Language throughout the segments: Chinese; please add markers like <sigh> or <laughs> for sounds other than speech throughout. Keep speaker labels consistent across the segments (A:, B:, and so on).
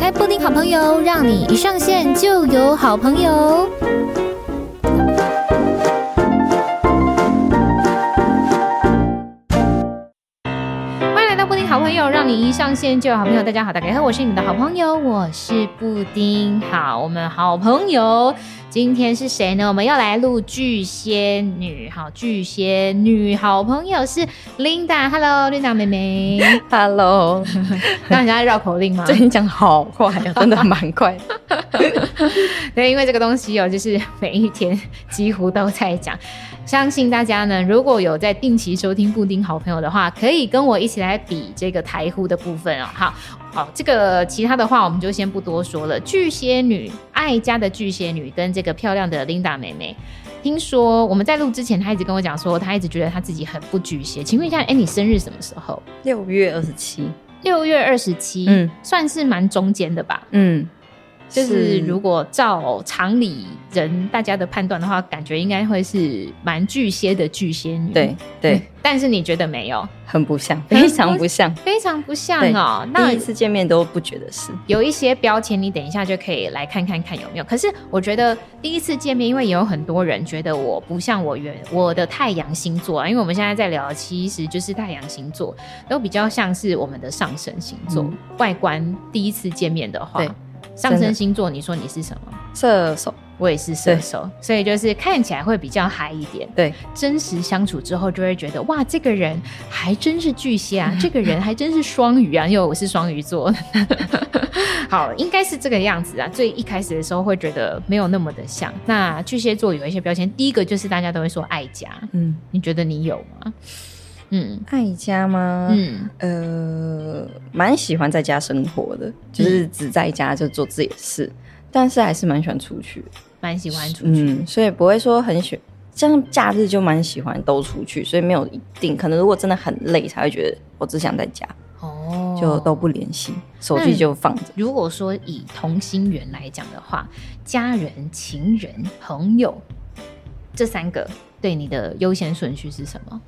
A: 开布丁好朋友，让你一上线就有好朋友。欢迎来到布丁好朋友，让你一上线就有好朋友。大家好，大家好，我是你们的好朋友，我是布丁。好，我们好朋友今天是谁呢？我们要来录巨蟹女，好，巨蟹女好朋友是 Linda，Hello，Linda 妹妹。
B: <laughs> Hello，
A: 那人家绕口令吗？
B: <laughs>
A: <laughs>
B: 最近讲好快啊，真的蛮快。
A: 对，因为这个东西哦，就是 <laughs> 每一天几乎都在讲。相信大家呢，如果有在定期收听布丁好朋友的话，可以跟我一起来比这个台呼的部分哦。好，好，这个其他的话我们就先不多说了。巨蟹女爱家的巨蟹女跟这个漂亮的 Linda 妹妹，听说我们在录之前，她一直跟我讲说，她一直觉得她自己很不巨蟹。请问一下，哎，你生日什么时候？
B: <laughs> 六月二十七，
A: 六月二十七，
B: 嗯
A: 算是蛮中间的吧。
B: 嗯，
A: 就是如果照常理人大家的判断的话，感觉应该会是蛮巨蟹的巨蟹女。
B: 对
A: 嗯
B: 对，
A: 但是你觉得没有，
B: 很不像，非常不像。
A: 非常不像哦。那
B: 第一次见面都不觉得是，
A: 有一些标签，你等一下就可以来看看看有没有。可是我觉得第一次见面，因为也有很多人觉得我不像我原我的太阳星座啊，因为我们现在在聊，其实就是太阳星座都比较像是我们的上升星座。
B: 嗯
A: 外观第一次见面的话
B: 对，
A: 上
B: 真
A: 升
B: 的
A: 星座，你说你是什么？
B: 射手
A: 我也是射手，所以就是看起来会比较嗨一点。
B: 对，
A: 真实相处之后，就会觉得哇，这个人还真是巨蟹
B: <laughs>
A: 啊，这个人还真是双鱼啊，因为我是双鱼座。 <laughs> 好，应该是这个样子啊。最一开始的时候会觉得没有那么的像。那巨蟹座有一些标签，第一个就是大家都会说爱家，
B: 嗯，
A: 你觉得你有吗？嗯
B: 爱家吗？
A: 嗯，
B: 呃，蛮喜欢在家生活的，就是只在家就做自己的事，但是还是蛮喜欢出去的。
A: 蛮喜欢出去。
B: 嗯，所以不会说很喜，像假日就蛮喜欢都出去，所以没有一定。可能如果真的很累，才会觉得我只想在家，
A: 哦
B: 就都不联系，手
A: 那
B: 机
A: 你
B: 就放着。
A: 如果说以同心圆来讲的话，家人、情人、朋友这三个对你的优先顺序是什么？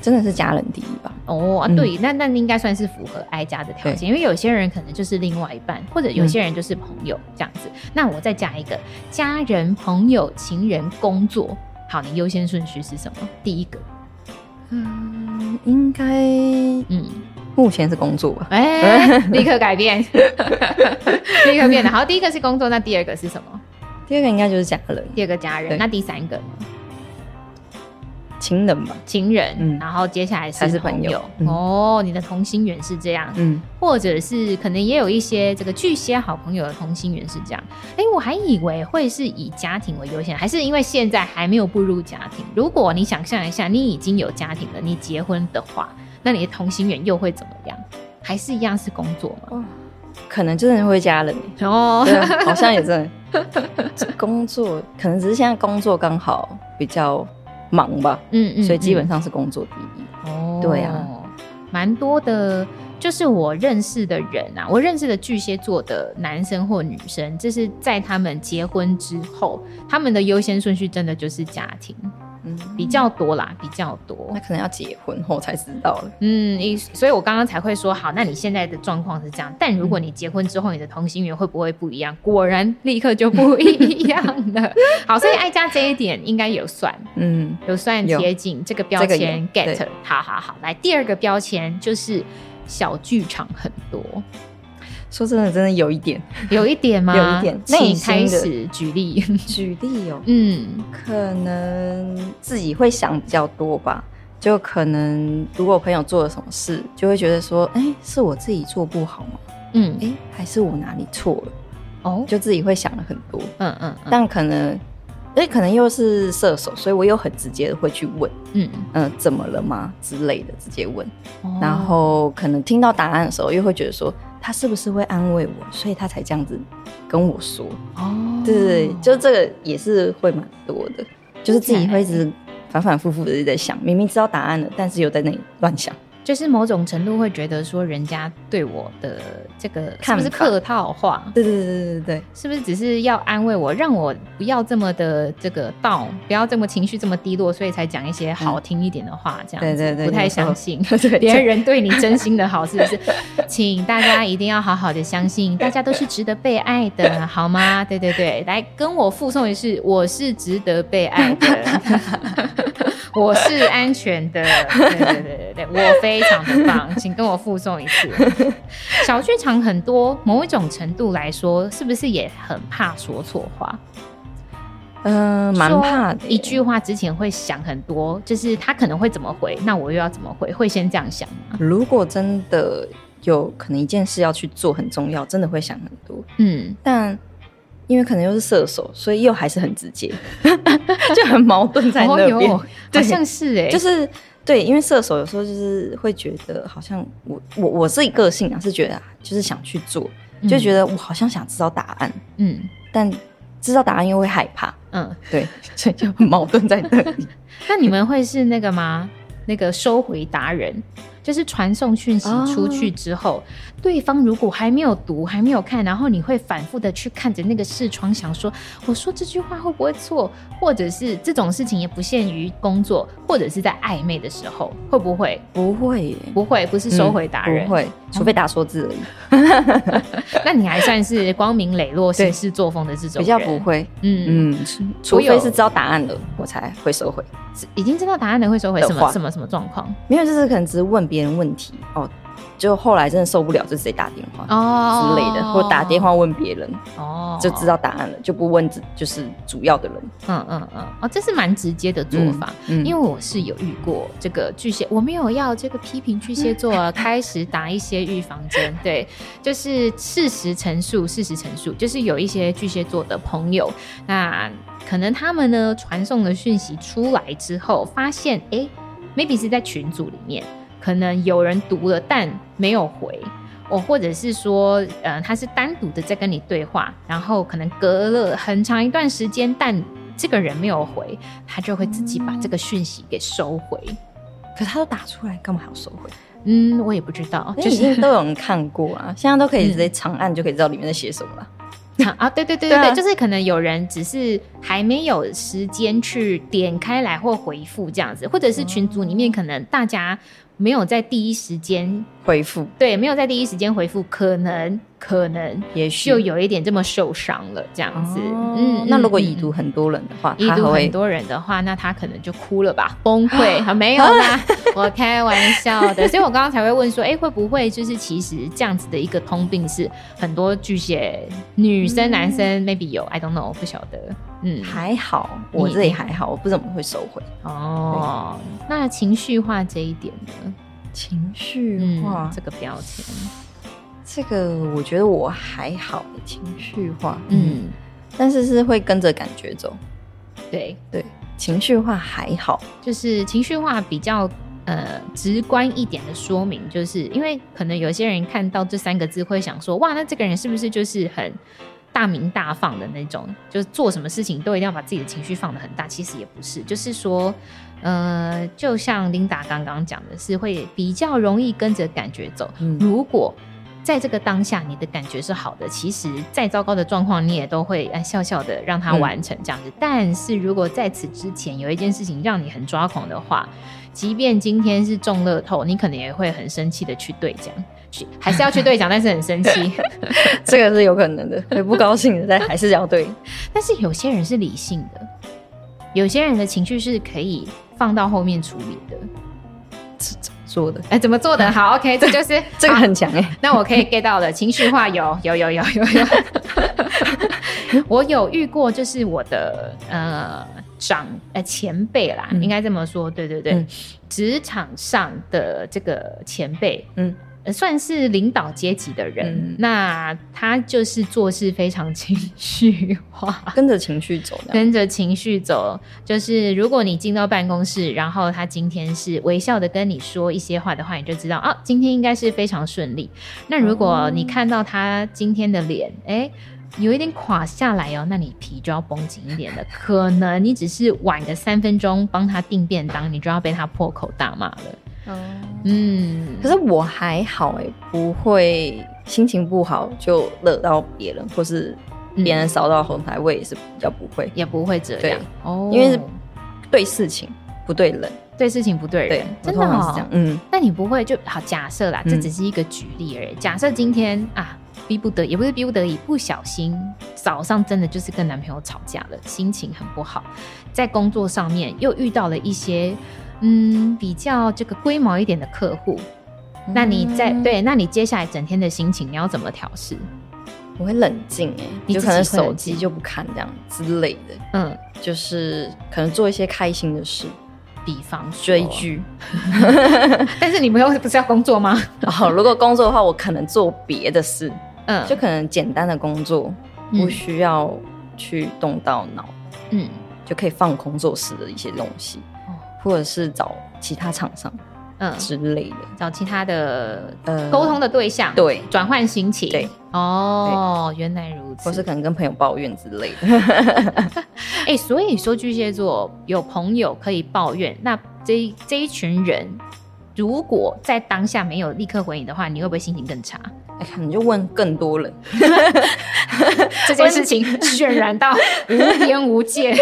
B: 真的是家人第一吧？
A: 哦，啊
B: 嗯
A: 对，那那应该算是符合哀家的条件，因为有些人可能就是另外一半，或者有些人就是朋友这样子。那我再加一个家人、朋友、情人、工作。好，你优先顺序是什么？第一个，
B: 嗯，应该 <laughs>
A: 嗯，
B: 目前是工作吧。
A: 哎、立刻改变， <laughs> 立刻变的。好，第一个是工作，那第二个是什么？
B: 第二个应该就是家人，
A: 第二个家人，
B: 对
A: 那第三个呢？
B: 情人吧。
A: 情人，
B: 嗯
A: 然后接下来
B: 才
A: 是
B: 是
A: 朋
B: 朋友
A: 友。
B: 嗯
A: 哦，你的同心圆是这样，
B: 嗯，
A: 或者是可能也有一些这个巨蟹好朋友的同心圆是这样。哎，我还以为会是以家庭为优先，还是因为现在还没有步入家庭？如果你想象一下，你已经有家庭了，你结婚的话，那你的同心圆又会怎么样？还是一样是工作吗？
B: 可能真的会家 <laughs> 人，
A: 哦，
B: 对啊，好像也真的。工作可能只是现在工作刚好比较忙吧，
A: 嗯
B: 所以基本上是工作第一。
A: 哦，
B: 对啊，
A: 蛮多的，就是我认识的人啊，我认识的巨蟹座的男生或女生，就是在他们结婚之后，他们的优先顺序真的就是家庭
B: 嗯，
A: 比较多啦，比较多
B: 那。可能要结婚后才知道了。
A: 嗯，一所以我刚刚才会说，好，那你现在的状况是这样，但如果你结婚之后，你的同心圆会不会不一样？果然立刻就不一样
B: <laughs>
A: 了。好，所以爱家这一点应该有算。
B: 嗯，
A: 有算
B: 有
A: 贴近这个标
B: 这个
A: 签
B: 有
A: get，
B: 对
A: 好好好，来第二个标签就是小剧场很
B: <laughs>
A: 多，
B: 说真的，真的有一点。
A: 有一点吗？
B: 有一点
A: 请
B: 内
A: 开
B: 心的
A: 始举例。
B: 举例哦，
A: 嗯，
B: 可能自己会想比较多吧。就可能如果朋友做了什么事，就会觉得说，哎、是我自己做不好吗？
A: 嗯
B: 哎、还是我哪里错了？
A: 哦，
B: 就自己会想了很多。
A: 嗯嗯嗯
B: 但可能，哎、可能又是射手，所以我又很直接的会去问，
A: 嗯，
B: 嗯、怎么了吗之类的，直接问。
A: 哦
B: 然后可能听到答案的时候，又会觉得说，他是不是会安慰我，所以他才这样子跟我说。
A: 哦，
B: 对对对，就这个也是会蛮多的，就是自己会一直反反复复的在想，明明知道答案了，但是又在那里乱想。
A: 就是某种程度会觉得说人家对我的这个是
B: 看
A: 不
B: 法
A: 是客套话，
B: 对对对对对对，
A: 是不是只是要安慰我，让我不要这么的这个 down，不要这么情绪这么低落，所以才讲一些好听一点的话，这样子
B: 嗯对对对哦
A: 不太
B: 没错
A: 相信。
B: <laughs> 对
A: 别人对你真心的好，是不是？
B: <laughs>
A: 请大家一定要好好的相信，大家都是值得被爱
B: <laughs>
A: 的，好吗？对对对，来跟我附送一次，我是值得被爱
B: <laughs>
A: 的，我是安全的，对对对对对，我非常的
B: <laughs>
A: 棒，请跟我附送一次。小剧场很多，某一种程度来说，是不是也很怕说错话？
B: 嗯，蛮怕的
A: 说
B: 耶。
A: 一句话之前会想很多，就是他可能会怎么回，那我又要怎么回，会先这样想吗？
B: 如果真的有可能一件事要去做很重要，真的会想很多。
A: 嗯。
B: 但因为可能又是射手，所以又还是很直接， <laughs> 就很矛盾在那边。
A: <laughs> 哦哟
B: 对
A: 好像是哎、
B: 就是欸对，因为射手有时候就是会觉得，好像我我我自己个性啊是觉得、啊，就是想去做，就觉
A: 得
B: 得我好像想知道答案，
A: 嗯
B: 但知道答案又会害怕，
A: 嗯。
B: 对， <laughs> 所以就很矛盾在那里。
A: 那你们会是那个吗？那个收回达人，就是传送讯息出去之后，
B: 哦
A: 对方如果还没有读、还没有看，然后你会反复的去看着那个视窗，想说我说这句话会不会错，或者是这种事情也不限于工作，或者是在暧昧的时候，会不会？
B: <laughs> 不嗯会耶，
A: 不会，不是收回达人。
B: 嗯不会，除非打错字而已，
A: 那你还算是光明磊落、
B: 对
A: 行事作风的这种
B: 比较
A: 人
B: 不。会。
A: 嗯
B: 嗯，除
A: 我
B: 非
A: 有
B: 是知道答案了，我才会收回。
A: 已经知道答案的会收回什
B: 的
A: 么
B: 话
A: 什么什么状况
B: 没有，就是可能只是问别人问题哦，就后来真的受不了，就直接打电话
A: 哦
B: 之类的，或打电话问别人，
A: 哦，
B: 就知道答案了，就不问自就是主要的人
A: 嗯嗯嗯，哦，这是蛮直接的做法。
B: 嗯，
A: 因为
B: 为
A: 我是有遇过这个巨蟹，我没有要这个批评巨蟹座
B: <laughs>
A: 啊，开始打一些预防针。对，就是事实陈述，事实陈述，就是有一些巨蟹座的朋友，那可能他们呢传送的讯息出来之后，发现诶 m a y b e 是在群组里面，可能有人读了但没有回。哦，或者是说，呃，他是单独的在跟你对话，然后可能隔了很长一段时间，但这个人没有回，他就会自己把这个讯息给收回。
B: 可他都打出来，干嘛还要收回？
A: 嗯，我也不知道，
B: <laughs> 就
A: 就
B: 已
A: 是 <laughs>
B: 经都有人看过啊，现在都可以直接长按就可以知道里面在写什么了。
A: 啊，对对对对
B: 对
A: 对，
B: 啊
A: 就是可能有人只是还没有时间去点开来或回复这样子，或
B: 哦
A: 者是群组里面可能大家没有在第一时间，
B: 回复
A: 对，没有在第一时间回复，可能可能
B: 也许
A: 就有一点这么受伤了这样子。
B: 嗯，那如果已
A: 嗯
B: 读很多人的话，
A: 已
B: 他还
A: 读很
B: 会
A: 多人的话，那他可能就哭了吧，崩
B: <laughs>
A: 溃。啊、没有啦，我开玩笑的。所以我刚刚才会问说，哎、会不会就是其实这样子的一个通病是很多巨蟹女生、
B: 嗯
A: 男生 maybe 有，I don't know，我不晓得。嗯，
B: 还好，我
A: 你
B: 这里还好，我不怎么会收回
A: 哦，那情绪化这一点呢？
B: 情绪化
A: 嗯，。这个标签，
B: 这个我觉得我还好，情绪化，嗯，
A: 嗯，
B: 但是是会跟着感觉走，
A: 对，
B: 对，情绪化还好，
A: 就是情绪化比较呃直观一点的说明，就是因为可能有些人看到这三个字会想说，哇，那这个人是不是就是很大名大放的那种，就是做什么事情都一定要把自己的情绪放得很大？其实也不是，就是说。呃，就像琳达刚刚讲的是，会比较容易跟着感觉走。
B: 嗯
A: 如果在这个当下你的感觉是好的，其实再糟糕的状况你也都会哎笑笑的让它完成这样子。但是如果在此之前有一件事情让你很抓狂的话，即便今天是中乐透，你可能也会很生气的去兑奖，去还是要去兑奖，但是很生
B: <laughs>
A: 气。
B: <laughs> 这个是有可能的， <laughs> 会不高兴的，但还是要对，
A: 但是有些人是理性的，有些人的情绪是可以放到后面处理的。
B: 做的，
A: 哎，怎么做的好？OK，这就是
B: <laughs> 这个
A: 好
B: 很强哎、欸，
A: 那我
B: <laughs>
A: 可以 get 到了，情绪化有有有有有有。我有遇过，就是我的呃长呃前辈啦，
B: 嗯
A: 应该这么说，对对对
B: 嗯，
A: 职、场上的这个前辈，
B: 嗯
A: 呃算是领导阶级的人，
B: 嗯
A: 那他就是做事非常情绪化。
B: 跟着情绪走的，
A: 跟着情绪走，就是如果你进到办公室，然后他今天是微笑的跟你说一些话的话，你就知道啊，今天应该是非常顺利。那如果你看到他今天的脸，哎、有一点垮下来哦，那你皮就要绷紧一点了。可能你只是晚个三分钟帮他订便当，你就要被他破口大骂了。
B: 嗯，
A: 嗯，
B: 可是我还好哎、不会心情不好就惹到别人，或是别人扫到红台，我也是比较不会
A: 也不会这
B: 对
A: 样哦，
B: 因为是对事情不对人，
A: 对事情不对
B: 对
A: 人，，真的
B: 我通常是这
A: 哦
B: 样。。嗯，
A: 那你不会就好假设啦，
B: 嗯
A: 这只是一个举例而已。假设今天啊，逼不得也不是逼不得已，不小心早上真的就是跟男朋友吵架了，心情很不好，在工作上面又遇到了一些嗯比较这个龟毛一点的客户，那你在
B: 嗯
A: 对，那你接下来整天的心情你要怎么调试？
B: 我会冷静哎、
A: 你
B: 就
A: 自
B: 可能
A: 己会冷
B: 手机
A: 静
B: 就不看这样之类的，
A: 嗯，
B: 就是可能做一些开心的事，
A: 比方说
B: 追，剧。
A: 但是你们又不是要工作吗？
B: 然后哦如果工作的话，我可能做别的事，
A: 嗯，
B: 就可能简单的工作，
A: 嗯
B: 不需要去动到脑，
A: 嗯，
B: 就可以放空做事的一些东西，
A: 哦
B: 或者是找其他厂商
A: 嗯，
B: 之类的。
A: 找其他的
B: 呃
A: 沟通的对象，
B: 对
A: 转换心情，
B: 对，
A: 哦，原来如此。
B: 或是可能跟朋友抱怨之类
A: <laughs>
B: 的，
A: 哎、所以说巨蟹座有朋友可以抱怨，那这一这一群人如果在当下没有立刻回你的话，你会不会心情更
B: <laughs>
A: 差？
B: 哎可能就问更多人。 <laughs>
A: 这件事情渲染到无边无
B: <laughs>
A: 界。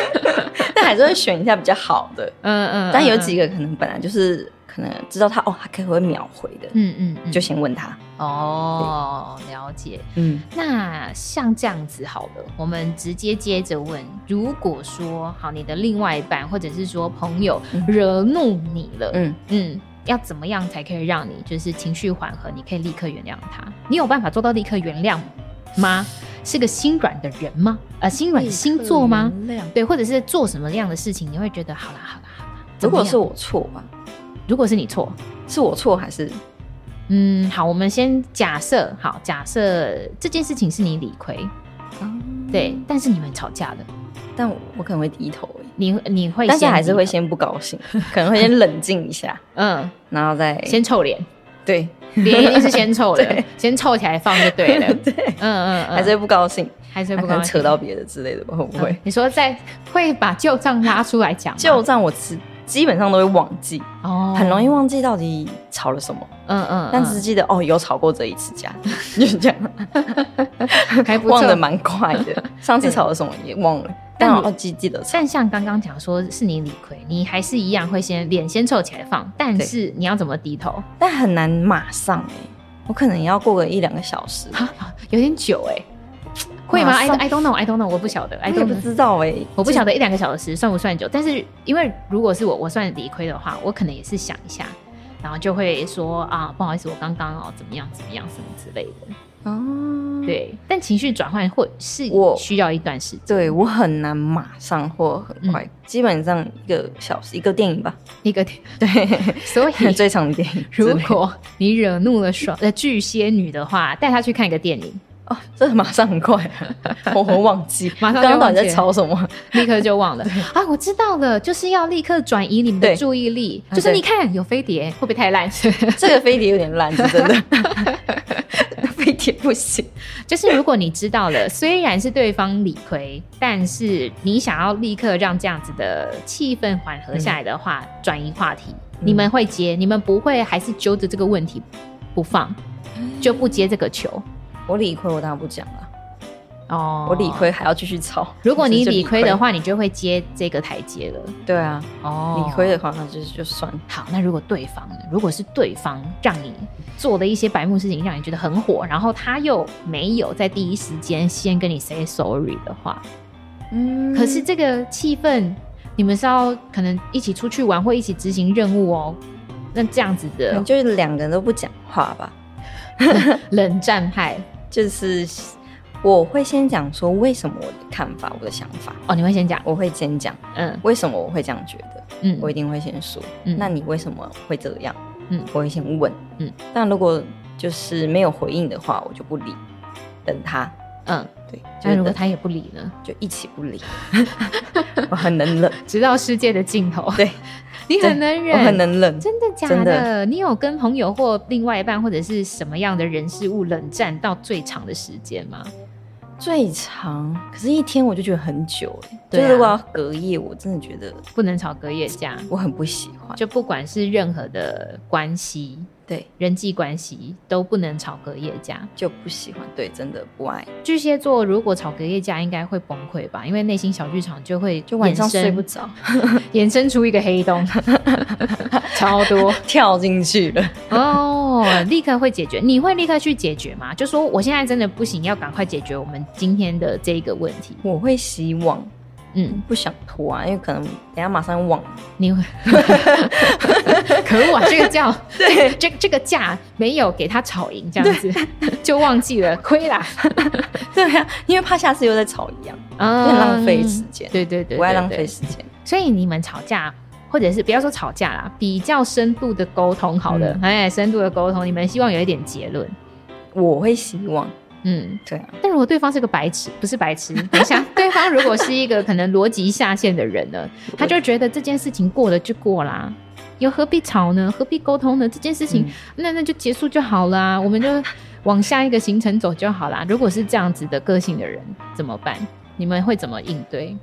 B: 但还是会选一下比较好的。
A: 嗯嗯，
B: 但有几
A: 个，
B: 个可能本来就是可能知道他哦，他可能会秒回的，
A: 嗯嗯嗯，
B: 就先问他。
A: 哦，了解。
B: 嗯，
A: 那像这样子好了，我们直接接着问：如果说好，你的另外一半或者是说朋友
B: 嗯
A: 惹怒你了，
B: 嗯，
A: 嗯，要怎么样才可以让你就是情绪缓和，你可以立刻原谅他？你有办法做到立刻原谅吗？是个心软的人吗？呃，心软星座吗？？
B: 嗯
A: 对，或者是做什么样的事情，你会觉得好啦好啦好啦。
B: 如
A: 怎么
B: 果
A: 样
B: 是我错吧，
A: 如果是你错，
B: 是我错还是
A: 嗯，好，我们先假设，好，假设这件事情是你理亏，哦对，
B: 嗯
A: 但是你们吵架了，
B: 但我我可能会低头欸
A: 你你会，
B: 但是还是会，先不高兴，可能会先冷静一下，
A: 嗯，
B: 然后再
A: 先臭
B: <laughs>
A: 脸，
B: 对
A: 脸一定是先臭的
B: 对，
A: 先臭起来放就 <laughs> 对了，
B: <laughs> 对，
A: 嗯嗯嗯，
B: 还是会不高兴，
A: 还是会
B: 他可
A: 不高
B: 能
A: 兴
B: <laughs> 扯到别的之类的吧，会不
A: 嗯
B: 会？
A: 你说在会把旧账拉出来讲吗，
B: 旧账我基基本上都会忘记，
A: 哦
B: 很容易，忘记到底吵了什么，
A: 嗯嗯，
B: 但只记得哦有吵过这一
A: <laughs>
B: 次架，就是这样。
A: 嗯还不
B: 忘得
A: 错。
B: 蛮快的。
A: <laughs>
B: 上次吵了什么也忘了，但
A: 但你
B: 我哦记记得吵。
A: 但像刚刚讲说是你理亏，你还是一样会先脸先臭起来放，但
B: 对
A: 是你要怎么低头？
B: 但很难马上哎、我可能也要过个一两个小时，
A: 有点久哎、会吗
B: 马
A: ？I
B: 上
A: I don't know，I don't know，我不晓得
B: 我
A: ，I
B: 也
A: don't
B: 不
A: know。
B: 知道哎、
A: 我不晓得一两个小时算不算久，但是因为如果是我，我算理亏的话，我可能也是想一下，然后就会说啊，不好意思，我刚刚哦怎么样怎么样什么之类的。
B: 哦，对
A: 对，但情绪转换会是
B: 我
A: 需要一段时间，
B: 对，我很难马上或很
A: 嗯
B: 快，基本上一个小时一个电影吧， <laughs>
A: 一个
B: 对，
A: 所以
B: 最长的电影之
A: <laughs>
B: 类
A: 如
B: 的。
A: 果你惹怒了双呃巨蟹女的话，带她去看一个电影，
B: 哦，这马上
A: <laughs>
B: 很快、我我忘记
A: 马上就
B: 刚刚到底
A: 忘
B: 在
A: 记
B: 吵什
A: <laughs>
B: 么？
A: 立刻就
B: <laughs>
A: 忘了啊！我知道了，就是要立刻转移你们的
B: 对
A: 注意力，
B: 啊
A: 就是
B: 对
A: 你看有飞碟，会不会太
B: <laughs>
A: 烂？
B: 这个飞碟有点烂，是
A: <laughs>
B: 真的，飞碟不行。
A: 就是如果你知道了，虽然是对方理亏，但是你想要立刻让这样子的气氛缓和下来的话，
B: 嗯
A: 转、移话题，你们会接，你们不会还是揪着这个问题不放，就不接这个球
B: 我理亏，我当然不讲了。
A: 哦
B: 我理。亏还要继续吵。
A: 如果你
B: 就是
A: 理亏的，话，你就会接这个台阶了。
B: 对啊，
A: 哦
B: 理亏的话那就是就算了。
A: 好，那如果对方呢？如果是对方让你做的一些白目事情，让你觉得很火，然后他又没有在第一时间先跟你 say sorry 的话，
B: 嗯
A: 可是这个气氛，你们是要可能一起出去玩或一起执行任务哦。那这样子
B: 可
A: 的
B: 能就是两个人都不讲话吧。
A: 冷战派
B: 就是我会先讲说为什么我的看法、我的想法，
A: 哦，你会先讲，
B: 我会先讲
A: 嗯
B: 为什么我会这样觉得，
A: 嗯，
B: 我一定会先说。
A: 嗯
B: 那你为什么会这样？
A: 嗯
B: 我会先问。
A: 嗯，
B: 但如果就是没有回应的话，我就不理，等他。
A: 嗯，
B: 对，就
A: 那
B: 是
A: 如果
B: 等
A: 他也不理呢，
B: 就一起不 <laughs> 理，我很能忍，
A: 直到世界的尽头，
B: 对
A: <laughs> 你很能
B: 我
A: 忍，
B: 很能忍。
A: 真的假
B: 真
A: 的？
B: 的
A: 你有跟朋友或另外一半或者是什么样的人事物冷战到最长的时间吗？
B: 最长，可是一天我就觉得很久哎、
A: 对啊
B: 就是如果要隔夜，我真的觉得
A: 不能吵隔夜架，
B: 我很不喜欢。
A: 就不管是任何的关系，
B: 对，
A: 人际关系都不能吵隔夜架。
B: 就不喜欢，对，真的不爱，
A: 巨蟹座如果吵隔夜架，应该会崩溃吧？因为内心小剧场就会
B: 就晚上
A: 衍生
B: 睡不，着，
A: <laughs> 衍生出一个黑
B: <laughs>
A: 洞，超多
B: 跳进去了。
A: 哦，立刻会解决。你会立刻去解决吗？就说我现在真的不行，要赶快解决我们今天的这个问题。
B: 我会希望
A: 嗯，
B: 不想拖啊，因为可能等一下马上忘 <laughs> 了。
A: 你会，可恶啊！这个
B: <laughs>
A: 叫对， <laughs> 这这个架没有给他吵赢，这样子 <laughs> 就忘记了，亏啦，
B: 对啊，因为怕下次又再吵一样，
A: 嗯
B: 有点 <laughs> 浪费时间。
A: 对对对
B: 不爱浪。
A: 对
B: 费
A: 对
B: 时间。
A: 所以你们吵架，或者是不要说吵架啦，比较深度的沟通好了，
B: 嗯
A: 哎，深度的沟通，你们希望有一点结论。
B: 我会希望，
A: 嗯，
B: 对啊，
A: 但如果对方是个白痴，不是白痴， <laughs> 等一下，对方如果是一个可能逻辑下线的人呢，他就觉得这件事情过了就过啦，又何必吵呢？何必沟通呢？这件事情、
B: 嗯
A: 那那就结束就好啦， <laughs> 我们就往下一个行程走就好啦。如果是这样子的个性的人怎么办？你们会怎么应对？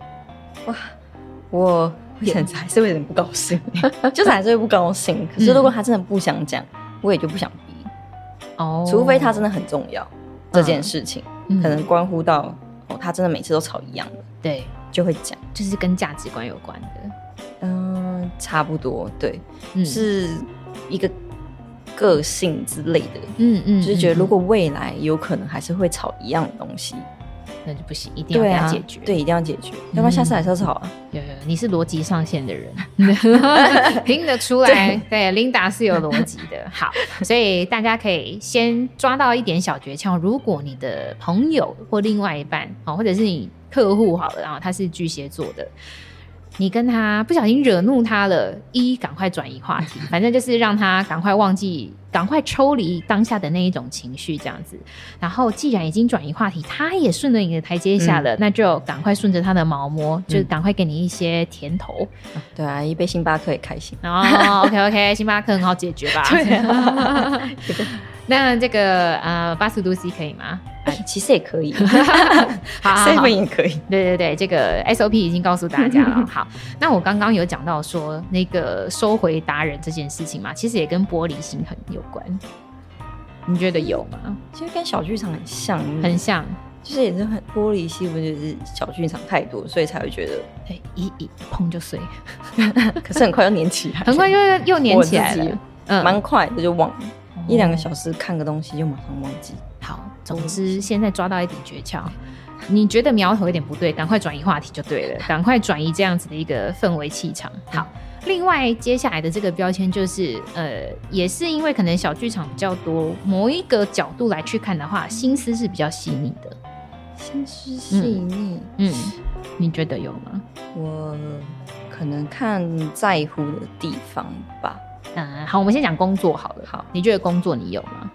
B: 我会很还是会有点不高兴， <laughs> 嗯就是还是会不高兴。可是如果他真的不想讲，我也就不想逼，
A: 哦，
B: 除非他真的很重要这件事情，
A: 嗯
B: 可能关乎到哦，他真的每次都吵一样的，
A: 对，
B: 就会讲。
A: 就是跟价值观有关的。
B: 嗯，差不多，对，
A: 嗯
B: 是一个个性之类的。
A: 嗯嗯，
B: 就是觉得
A: 嗯
B: 如果未来有可能还是会吵一样的东西，
A: 嗯那就不行，一定要
B: 对
A: 给它
B: 啊
A: 解决。，
B: 对，一定要解决，要不然下次还是要吵啊。
A: 有有，你是逻辑上线的人， <laughs> 听得出来。对，Linda 是有逻辑的。好，所以大家可以先抓到一点小诀窍。如果你的朋友或另外一半，哦，或者是你客户好了，然后他是巨蟹座的。你跟他不小心惹怒他了，一赶快转移话题，反正就是让他赶快忘记，赶快抽离当下的那一种情绪，这样子。然后既然已经转移话题，他也顺着你的台阶下了，那就赶快顺着他的毛摸，就赶快给你一些甜头。
B: 对啊，一杯星巴克也开心。
A: 然
B: <laughs>
A: 后 OK OK，星巴克很好解决吧？
B: 对啊
A: <laughs> 那这个呃，八十度 C 可以吗？
B: 哎， <laughs> 其实也可以
A: 啊好好好
B: ，seven 也可以。
A: 对对对，这个 SOP 已经告诉大家
B: <laughs>
A: 了。好，那我刚刚有讲到说那个收回达人这件事情嘛，其实也跟玻璃心很有关。你觉得有吗？
B: 其实跟小剧场很像，嗯
A: 很像，
B: 就是也是很玻璃心，不就是小剧场太多，所以才会觉得，
A: 对，一一碰就碎，
B: 可是很快就粘起来，
A: 很快又又又粘起来
B: 我自己
A: 了。嗯
B: 蛮快的就忘了，一两个
A: 时。
B: 小时看个东西就马上忘记。
A: 好，总之现在抓到一点诀窍，你觉得苗头有点不对，赶快转移话题就对了，赶快转移这样子的一个氛围气场。好，另外接下来的这个标签就是，呃，也是因为可能小剧场比较多，某一个角度来去看的话，心思是比较细腻的。
B: 心思细腻，
A: 嗯，你觉得有吗？
B: 我可能看在乎的地方吧，
A: 嗯，好，我们先讲工作好了。
B: 好，
A: 你觉得工作你有吗？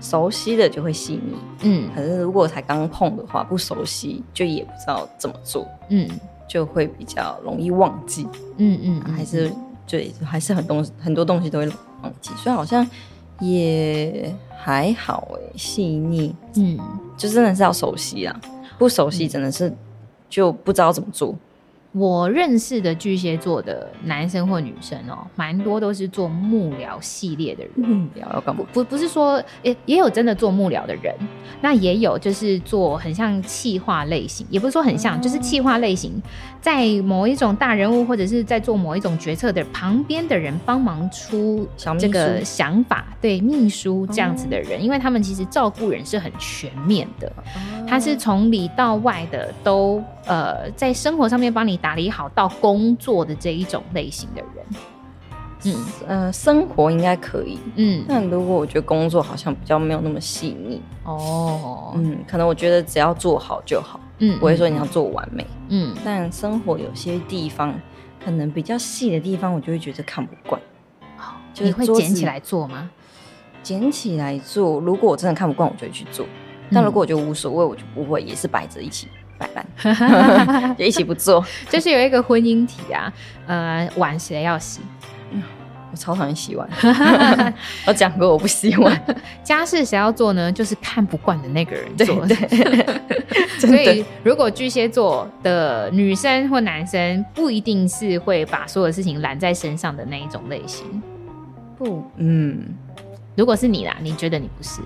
B: 熟悉的就会细腻，
A: 嗯
B: 可是如果才刚碰的话，不熟悉就也不知道怎么做，
A: 嗯
B: 就会比较容易忘记，
A: 嗯嗯，嗯
B: 还是对，还是很东很多东西都会忘记，所以好像也还好哎、细腻
A: 嗯，
B: 就真的是要熟悉啊，不熟悉真的是就不知道怎么做，
A: 我认识的巨蟹座的男生或女生哦，蛮多都是做幕僚系列的人。
B: 嗯，不要要干
A: 不
B: 嘛？
A: 不不是说也也有真的做幕僚的人，那也有就是做很像企划类型，也不是说很像，
B: 哦
A: 就是企划类型，在某一种大人物或者是在做某一种决策的旁边的人帮忙出
B: 小秘
A: 这个
B: 书哦
A: 想法，对秘书这样子的人，因为他们其实照顾人是很全面的，他是从里到外的都呃在生活上面帮你打理好到工作的这一种类型的人，嗯
B: 呃，生活应该可以，
A: 嗯
B: 但如果我觉得工作好像比较没有那么细腻，
A: 哦
B: 嗯，可能我觉得只要做好就好，
A: 嗯
B: 不会说你要做完美。
A: 嗯。
B: 但生活有些地方，可能比较细的地方，我就会觉得看不惯。就
A: 哦你
B: 是
A: 会
B: 桌
A: 捡
B: 子
A: 起来做吗？ <laughs>
B: 捡起来做，如果我真的看不惯，我就会去做。但如果我觉得无所谓，我就不会，也是摆着一起摆 <laughs> 烂，就一起不做。
A: 就是有一个婚姻题啊，呃，碗谁要洗？
B: 我超讨厌洗 <laughs> 碗，我讲过我不洗 <laughs> 碗，
A: 家事谁要做呢？就是看不惯的那个人做。 <laughs>
B: 真
A: 所
B: 的
A: 以，如果巨蟹座的女生或男生，不一定是会把所有事情揽在身上的那一种类型。
B: 不，嗯，
A: 如果是你啦，你觉得你不是？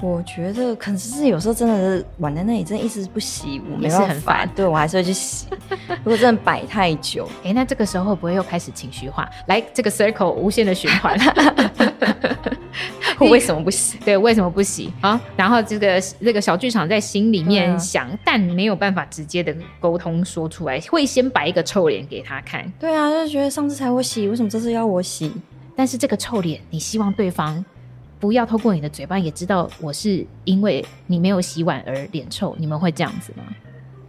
B: 我觉得可能是有时候真的是碗在那里，真的一直不洗，我没
A: 也是
B: 办
A: 很
B: 法
A: 烦，
B: 对我还是会去 <laughs> 洗。如果真的摆太 <laughs> 久，
A: 哎、那这个时候会不会又开始情绪化？来，这个 circle 无限的循环。
B: 我为什么不洗？
A: <laughs> 对，为什么不洗啊？然后这个这个小剧场在心里
B: 对
A: 面
B: 啊
A: 想，但没有办法直接的沟通说出来，会先摆一个臭脸给他看。
B: 对啊，就觉得上次才我洗，为什么这次要我洗？
A: 但是这个臭脸，你希望对方不要透过你的嘴巴也知道我是因为你没有洗碗而脸臭，你们会这样子吗？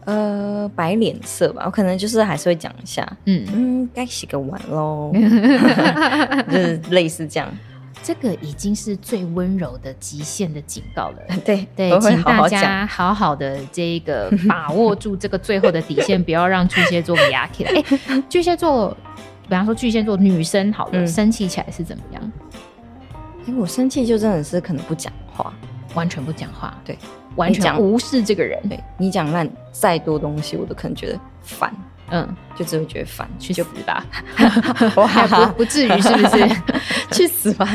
B: 呃，摆脸色吧，我可能就是还是会讲一下，
A: 嗯，
B: 嗯，该洗个碗 <laughs> 喽，就是类似这样。
A: 这个已经是最温柔的极限的警告了。
B: 对
A: 对，
B: 我会
A: 请
B: 好
A: 大
B: 好讲。
A: 家好好的这一
B: <laughs>
A: 个把握住这个最后的底线，不要让巨蟹座给压起来。哎、巨蟹座，比方说巨蟹座女生好了，
B: 嗯
A: 生气起来是怎么样？
B: 哎，我生气就真的是可能不讲话，
A: 完全不讲话，
B: 对，
A: 完
B: 你
A: 全
B: 讲
A: 无视这个人，
B: 对你讲烂再多东西，我都可能觉得烦，
A: 嗯，
B: 就只会觉得烦，
A: 去
B: 就
A: 死吧，
B: <laughs>
A: <laughs>
B: 哇
A: 还不不至于是不
B: <laughs>
A: 是？
B: 去死吧！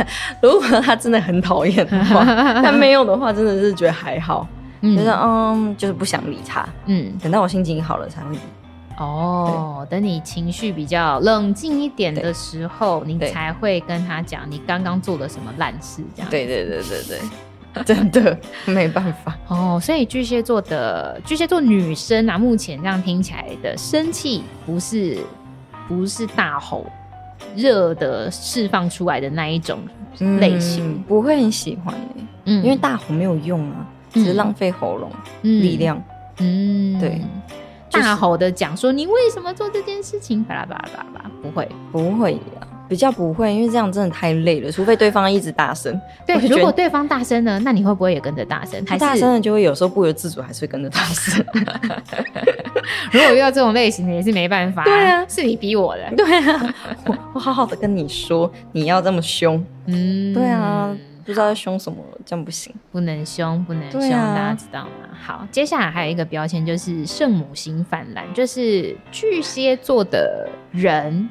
B: 如果他真的很讨厌的 <laughs> 话，但没有的话，真的是觉得还好，就是
A: 嗯
B: 嗯，就是不想理他。
A: 嗯，
B: 等到我心情好了才会理。
A: 哦，等你情绪比较冷静一点
B: 对
A: 的时候，你
B: 对
A: 才会跟他讲你刚刚做了什么烂事，这样
B: 对对对对对， <laughs> 真的没办 <laughs> 法。
A: 哦，所以巨蟹座的巨蟹座女生啊，目前这样听起来的生气不是不是大吼热的释放出来的那一种类型
B: 嗯，不会很喜欢欸
A: 嗯
B: 因为大吼没有用啊，只是浪费喉咙、力，量。
A: 嗯嗯
B: 对就是
A: 大吼的讲说你为什么做这件事情，巴拉巴拉巴拉巴拉，不会。
B: 不会啊，比较不会，因为这样真的太累了，除非对方一直大声，
A: 对
B: 我，就觉
A: 如
B: 得
A: 果对方大声呢，那你会不会也跟着大声？还
B: 大 <laughs>
A: 是
B: 声的就会有时候不由自主还是会跟着大
A: <laughs>
B: 声。
A: 如果遇到这种类型的也是没办法、
B: 对啊
A: 是你逼我的。
B: 对啊， <laughs> 我我好好的跟你说，你要这么凶，
A: 嗯
B: 对啊，不知道在凶什么，这样不行。
A: 不能凶，不能凶，
B: 对啊
A: 大家知道吗？好，接下来还有一个标签就是圣母心泛滥，就是巨蟹座的人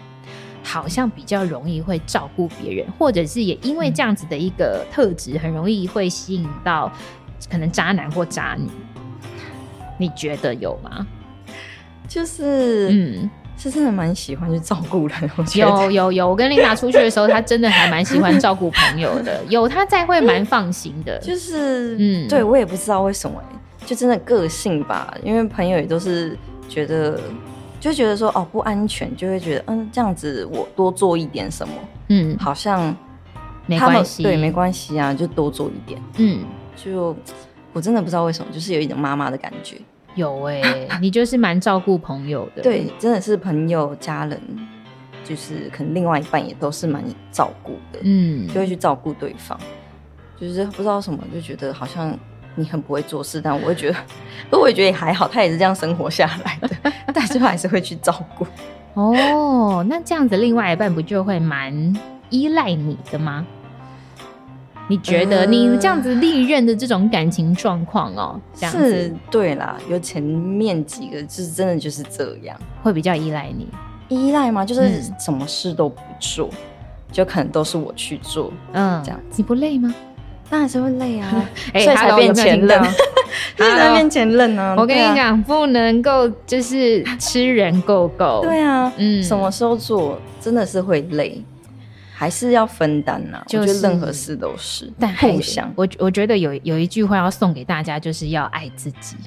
A: 好像比较容易会照顾别人，或者是也因为这样子的一个特质，很容易会吸引到可能渣男或渣女。你觉得有吗？
B: 就是，
A: 嗯，
B: 是真的蛮喜欢去照顾人，我觉得。
A: 有有有，我跟琳达出去的时候，她真的还蛮喜欢照顾朋友的，有她在会蛮放心的。
B: <laughs> 就是，
A: 嗯
B: 嗯，对我也不知道为什么、欸，就真的个性吧，因为朋友也都是觉得，就觉得说哦不安全，就会觉得嗯这样子我多做一点什么，
A: 嗯，
B: 好像
A: 没
B: 他们
A: 关系，
B: 对，没关系啊，就多做一点，
A: 嗯。
B: 就我真的不知道为什么，就是有一种妈妈的感觉，
A: 有哎、 <laughs> 你就是蛮照顾朋友的。
B: 对，真的是朋友家人，就是可能另外一半也都是蛮照顾的，
A: 嗯
B: 就，会去照顾对方，就是不知道什么就觉得好像你很不会做事，但我会觉得，不过我也觉得也还好，他也是这样生活下来的， <laughs> 但是还是会去照顾。
A: 哦，那这样子，另外一半不就会蛮依赖你的吗？你觉得
B: 呃
A: 你这样子历任的这种感情状况哦，这样
B: 是
A: 子，
B: 对啦，有前面几个就是真的就是这样，
A: 会比较依赖你，
B: 依赖吗？就是
A: 嗯
B: 什么事都不做，就可能都是我去做，
A: 嗯，
B: 这样
A: 你不累吗？
B: 当然是会累啊，
A: 哎
B: <laughs> 所以才
A: hello，
B: 变
A: 有没有
B: 前
A: 听到
B: 任， <laughs> 所以才
A: Hello
B: 变前任啊。
A: <laughs> 我跟
B: 对啊
A: 你，讲，不能够就是吃人够够，
B: 对啊，
A: 嗯
B: 什么时候做真的是会累，还是要分担呐、
A: 就是
B: 我觉得任何事都是，
A: 但还
B: 互相。
A: 我我觉得有有一句话要送给大家，就是要爱自己，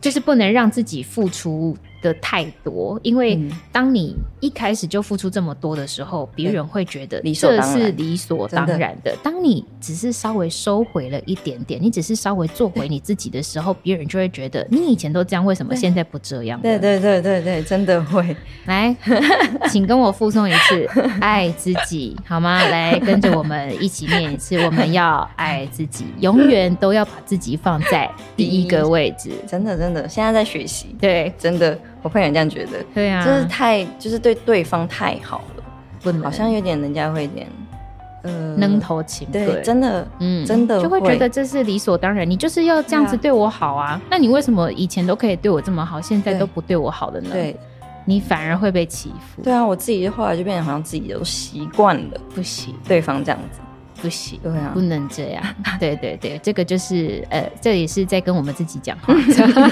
A: 就是不能让自己付出的太多，因为
B: 嗯
A: 当你一开始就付出这么多的时候，别人会觉得
B: 理所
A: 这
B: 当然
A: 是理所当然的。当你只是稍微收回了一点点，你只是稍微做回你自己的时候，别人就会觉得你以前都这样，为什么
B: 对
A: 现在不这样？
B: 对，对对对对，真的会。 <laughs>
A: 来， <laughs> 请跟我附送一 <laughs> 次“爱自己”好吗？来，跟着我们一起念一次，我们要爱自己，永远都要把自己放在第一个位置。
B: 真的真的，现在在学习，
A: 对，
B: 真的，我朋友也这样觉得，
A: 对啊，
B: 就是太就是对对方太好了，
A: 不能，
B: 好像有点人家会有点，呃，
A: 能头青
B: 对，真的，
A: 嗯
B: 真的
A: 就会觉得这是理所当然，你就是要这样子
B: 对啊
A: 对我好啊。那你为什么以前都可以对我这么好，现在
B: 对
A: 都不对我好了呢？，
B: 对
A: 你反而会被欺负。
B: 对，啊，我自己后来就变得好像自己都习惯了
A: 不行
B: 对方这样子，
A: 不行，
B: 对啊
A: 不，能这
B: <laughs>
A: 样。对对对，这个就是呃，这也是在跟我们自己讲话。
B: <laughs>
A: <laughs>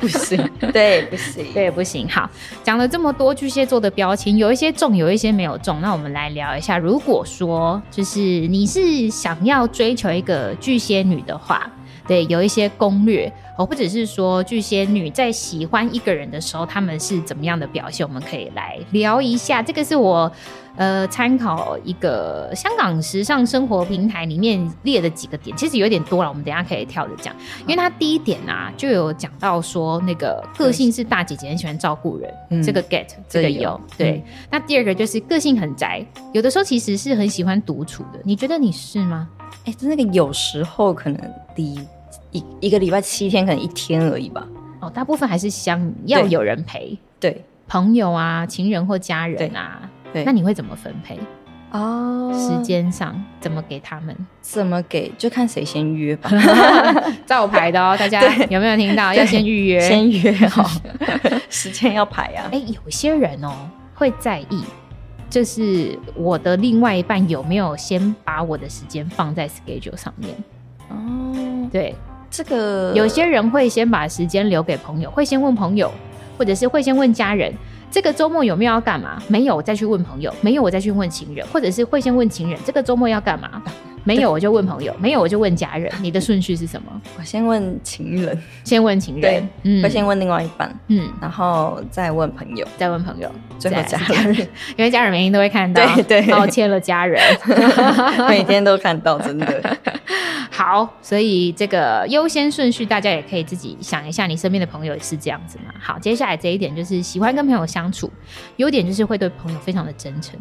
B: 不行，对，不行，
A: 对，不行。好，讲了这么多巨蟹座的标签，有一些中，有一些没有中。那我们来聊一下，如果说就是你是想要追求一个巨蟹女的话，对，有一些攻略哦，或者是说巨蟹女在喜欢一个人的时候，他们是怎么样的表现，我们可以来聊一下。这个是我。呃，参考一个香港时尚生活平台里面列的几个点，其实有点多了，我们等一下可以跳着讲。因为他第一点啊，就有讲到说那个个性是大姐姐，很喜欢照顾人，
B: 嗯
A: 这个 get 这个
B: 这
A: 有
B: 有
A: 对。
B: 嗯
A: 那第二个就是个性很宅，有的时候其实是很喜欢独处的。你觉得你是吗？
B: 哎、真那个有时候可能离一一个礼拜七天，可能一天而已吧。
A: 哦，大部分还是想要有人陪，
B: 对，
A: 朋友啊、情人或家人啊。
B: 对对
A: 那你会怎么分配？
B: 哦
A: 时间上怎么给
B: <laughs>
A: 他们？
B: 怎么给就看谁先约
A: <laughs>
B: 吧，
A: 照牌的哦，大家
B: 对
A: 有没有听到？
B: 对
A: 要先预约。<laughs>
B: 先约好， <laughs> 时间要排啊。
A: 哎、有些人哦会在意，就是我的另外一半有没有先把我的时间放在 schedule 上面。
B: 哦，
A: 对，
B: 这个
A: 有些人会先把时间留给朋友，会先问朋友，或者是会先问家人。这个周末有没有要干嘛？没有，我再去问朋友；没有，我再去问情人，或者是会先问情人，这个周末要干
B: <laughs>
A: 嘛？没有，我就问朋友；没有，我就问家人。你的顺序是什么？
B: 我先问情人，
A: 先问情人
B: 对，
A: 嗯
B: 我先问另外一半，
A: 嗯，
B: 然后再问朋友，
A: 再问朋友，
B: 最
A: 再
B: 后家
A: 来是
B: 人，
A: 因为家人每天都会看到，
B: 对对
A: 抱歉了家人。
B: <laughs> 每天都看到，真
A: <laughs>
B: 的。
A: 好，所以这个优先顺序，大家也可以自己想一下，你身边的朋友也是这样子吗？好，接下来这一点就是喜欢跟朋友相处，优点就是会对朋友非常的真诚，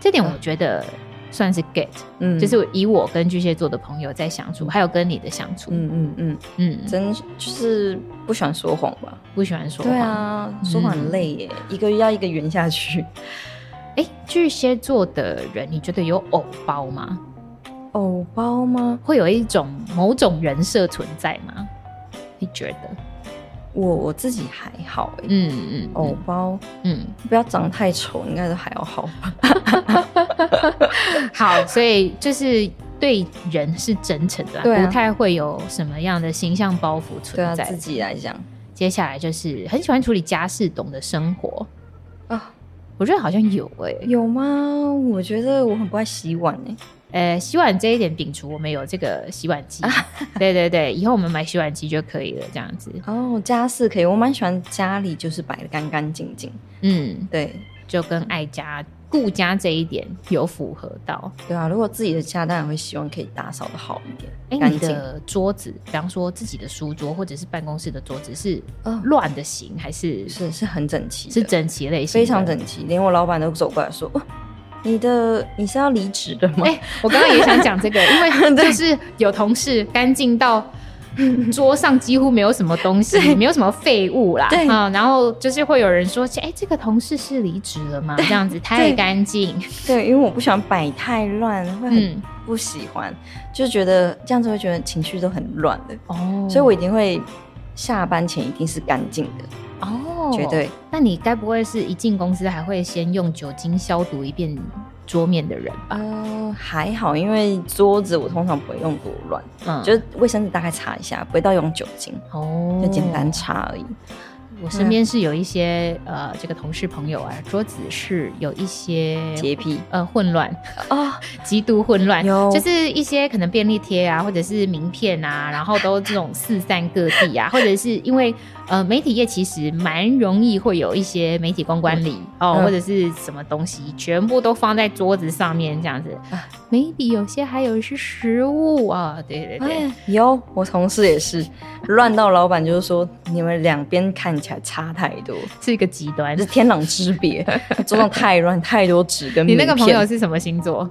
A: 这点我觉得算是 get，、
B: 嗯，
A: 就是以我跟巨蟹座的朋友在相处，还有跟你的相处，嗯
B: 嗯嗯嗯，真就是不喜欢说谎吧？
A: 不喜欢说
B: 对
A: 话。
B: 啊，说谎很累耶，一个要一个圆下去。
A: 哎、巨蟹座的人，你觉得有偶包吗？
B: <laughs> 偶包吗？
A: 会有一种某种人设存在吗？你觉得？
B: 哦我我自己还好哎、
A: 嗯嗯，
B: 偶包
A: 嗯。
B: 不要长太丑，应该都还要好吧？
A: 好，所以就是对人是真诚的啊、
B: 对啊
A: 不太会有什么样的形象包袱
B: <laughs> 对啊，
A: 存在。
B: 自己来讲
A: 接下来就是很喜欢处理家事，懂得生活。
B: 啊，
A: 我觉得好像有诶、
B: 有吗？我觉得我很不爱洗碗哎、
A: 呃，洗碗这一点摒除，我们有这个洗碗
B: <laughs>
A: 机。对对对，以后我们买洗碗机就可以了，这样子。
B: 哦，家事可以，我蛮喜欢家里就是摆的干干净净。
A: 嗯，
B: 对
A: 就跟爱家顾家这一点有符合到。
B: 对啊，如果自己的家，当然会希望可以打扫的好一
A: 哎，
B: 点，干
A: 你
B: 净。
A: 的桌子，比方说自己的书桌或者是办公室的桌子，是
B: 哦
A: 乱的型还是
B: 是是很整齐的，
A: 是整齐类型？
B: 非常。整齐，连我老板都走过来说：“哇你的你是要离职的吗？”
A: 哎、我刚刚也想讲这个，因
B: <laughs>
A: 为就是有同事干净到桌上几乎没有什么东西，没有什么废物啦，
B: 对
A: 啊、然后就是会有人说，哎、这个同事是离职了吗？这样子太干净，
B: 对，因为我不喜欢摆太乱，会很
A: 嗯，
B: 不喜欢，就觉得这样子会觉得情绪都很乱的，
A: 哦，
B: 所以我一定会下班前一定是干净的，
A: 哦，
B: 绝。对。
A: 那你该不会是一进公司还会先用酒精消毒一遍桌面的人吧？
B: 呃，还好，因为桌子我通常不会用多乱，
A: 嗯，
B: 就是卫生纸大概擦一下，不会到用酒精，
A: 哦
B: 就简单。嗯擦而已。
A: 我身边是有一些、呃，这个同事朋友啊，桌子是有一些
B: 洁癖
A: 呃混乱，
B: 哦，
A: 极度混乱，
B: 有
A: 就是一些可能便利贴啊，或者是名片啊，然后都这种四散各地啊，或者是因为呃媒体业其实蛮容易会有一些媒体公关礼哦，
B: 嗯
A: 或者是什么东西，全部都放在桌子上面这样子
B: 啊。
A: maybe 有些还有是食物啊，对对对，
B: 哎，有我同事也是乱到老板就是说你们两边看起来差太 <laughs> 多，
A: 是一个极端
B: 这。天壤之别，桌上太乱，太多纸跟
A: 你那个
B: 名
A: 朋
B: 片
A: 友是什么星座？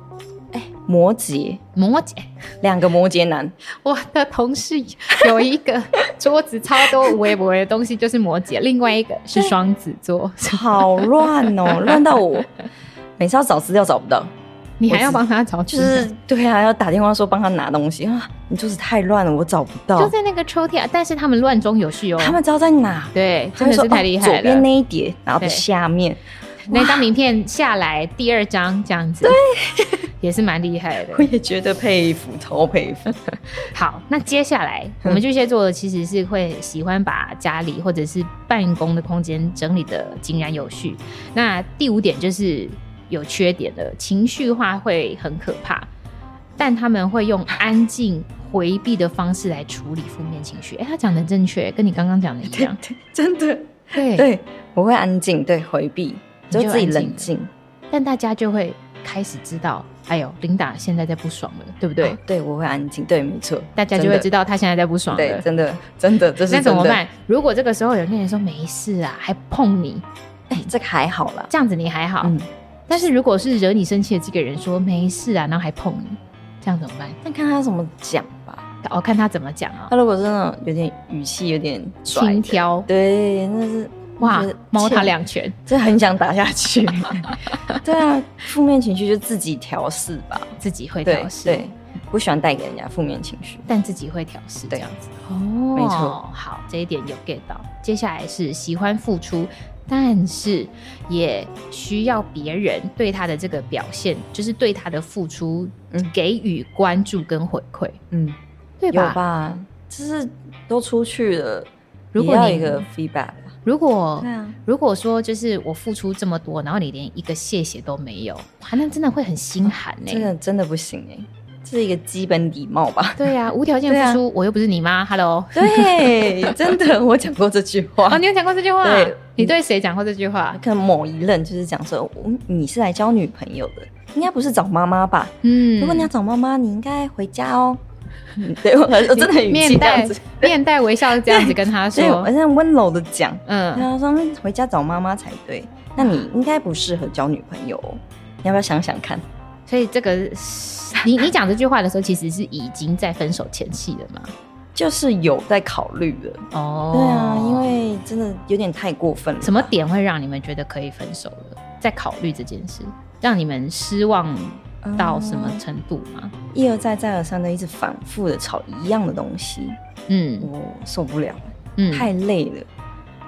B: 摩羯，
A: 摩羯。
B: 两个摩羯
A: <laughs>
B: 男，
A: 我的同事有一
B: <laughs>
A: 个桌子超多无微不微的东西，就是摩羯；另外一个是双子座， <laughs>
B: 好乱哦，乱到我。每次要找资料找不到，
A: 你还要帮他找
B: 就
A: 资料，
B: 是对啊，要打电话说帮他拿东西啊，你桌子太乱了，我找不到。
A: 就在那个抽屉啊，但是他们乱中有序哦。
B: 哦他们知道在哪，
A: 对，
B: 他
A: 真
B: 们
A: 的
B: 说
A: 是太
B: 哦
A: 厉害了。
B: 左边那一叠，然后的
A: 对
B: 下面，
A: 那张名片下来第二张这样子，对， <laughs> 也是蛮厉害的
B: 我。也觉得佩服，超佩 <laughs> 服。
A: 好，那接下来
B: 嗯
A: 我们巨蟹座其实是会喜欢把家里或者是办公的空间整理的井然有序。那第五点就是有缺点的情绪化会很可怕，但他们会用安静回避的方式来处理负面情绪。哎、他讲的正确，跟你刚刚讲的
B: <laughs>
A: 一样。
B: 真的，
A: 对，
B: 对，我会安静，对，回避，
A: 你就
B: 就自己
A: 安静哦
B: 冷静。
A: 但大家就会开始知道，哎呦，琳达现在在不爽了，对不对？
B: 哦对，我会安静，对，没错，
A: 大家就会知
B: 道。
A: 道他现在在不爽
B: 对
A: 了，。
B: 真的，真的，这是
A: 那怎么
B: 真的？
A: 办？如果这个时候有跟你说没事啊，还碰你，
B: 哎，这个还好啦。
A: 这样子你还好。
B: 嗯，
A: 但是如果是惹你生气的这个人说没事啊，然后还碰你，这样怎么办？
B: 但看他怎么讲吧。
A: 哦，看他怎么讲啊、
B: 他如果真的有点语气有点拽
A: 轻
B: 的
A: 佻
B: 对，那是
A: 哇
B: 我觉得，
A: 猫他
B: 欠
A: 两拳，
B: 这很想打下
A: <laughs>
B: 去。对啊，负面情绪就自己调试吧。
A: 自己会
B: 对
A: 调试，
B: 对，不喜欢带给人家负面情绪。
A: 但自己会调试这
B: 对
A: 样子。哦，
B: 没错，
A: 好，这一点有 get 到。接下来是喜欢付出，但是也需要别人对他的这个表现，就是对他的付出
B: 嗯
A: 给予关注跟回馈，
B: 嗯，
A: 对
B: 有
A: 吧？
B: 吧？就是都出去了，
A: 如果
B: 也要
A: 你哦
B: 一个 feedback 吧。
A: 如果
B: 对啊，
A: 如果说就是我付出这么多，然后你连一个谢谢都没有，哇，那真的会很心寒欸呢、
B: 这个真的不行哎、这是一个基本礼貌
A: <laughs>
B: 吧？
A: 对呀、无条件
B: 对啊
A: 付出，我又不是你妈，Hello。
B: 对，真的，我讲过这句话
A: <laughs> 哦，。你有讲过这句话？
B: 对
A: 你对谁讲过这句话？
B: 可能某一任就是讲说，我你是来交女朋友的，应该不是找妈妈吧？
A: 嗯，
B: 如果你要找妈妈，你应该回家哦。 <laughs> 嗯对我很我真的很语气
A: 面
B: 这样
A: 带
B: 子，
A: <laughs> 面带微笑这样子跟他
B: 所以我
A: 说，
B: 在温柔的讲，然
A: 嗯，
B: 后说嗯回家找妈妈才对。那你应该不适合交女朋友哦，你要不要想想看？
A: 所以这个是你你讲这句话的时候，其实是已经在分手前夕了嘛？
B: 就是有在考虑的，
A: 哦，
B: 对啊，因为真的有点太过分了。
A: 什么点会让你们觉得可以分手了？在考虑这件事，让你们失望到什么程度吗？
B: 嗯一而再再而三的一直反复的吵一样的东西，
A: 嗯
B: 我受不了，
A: 嗯，
B: 太累了，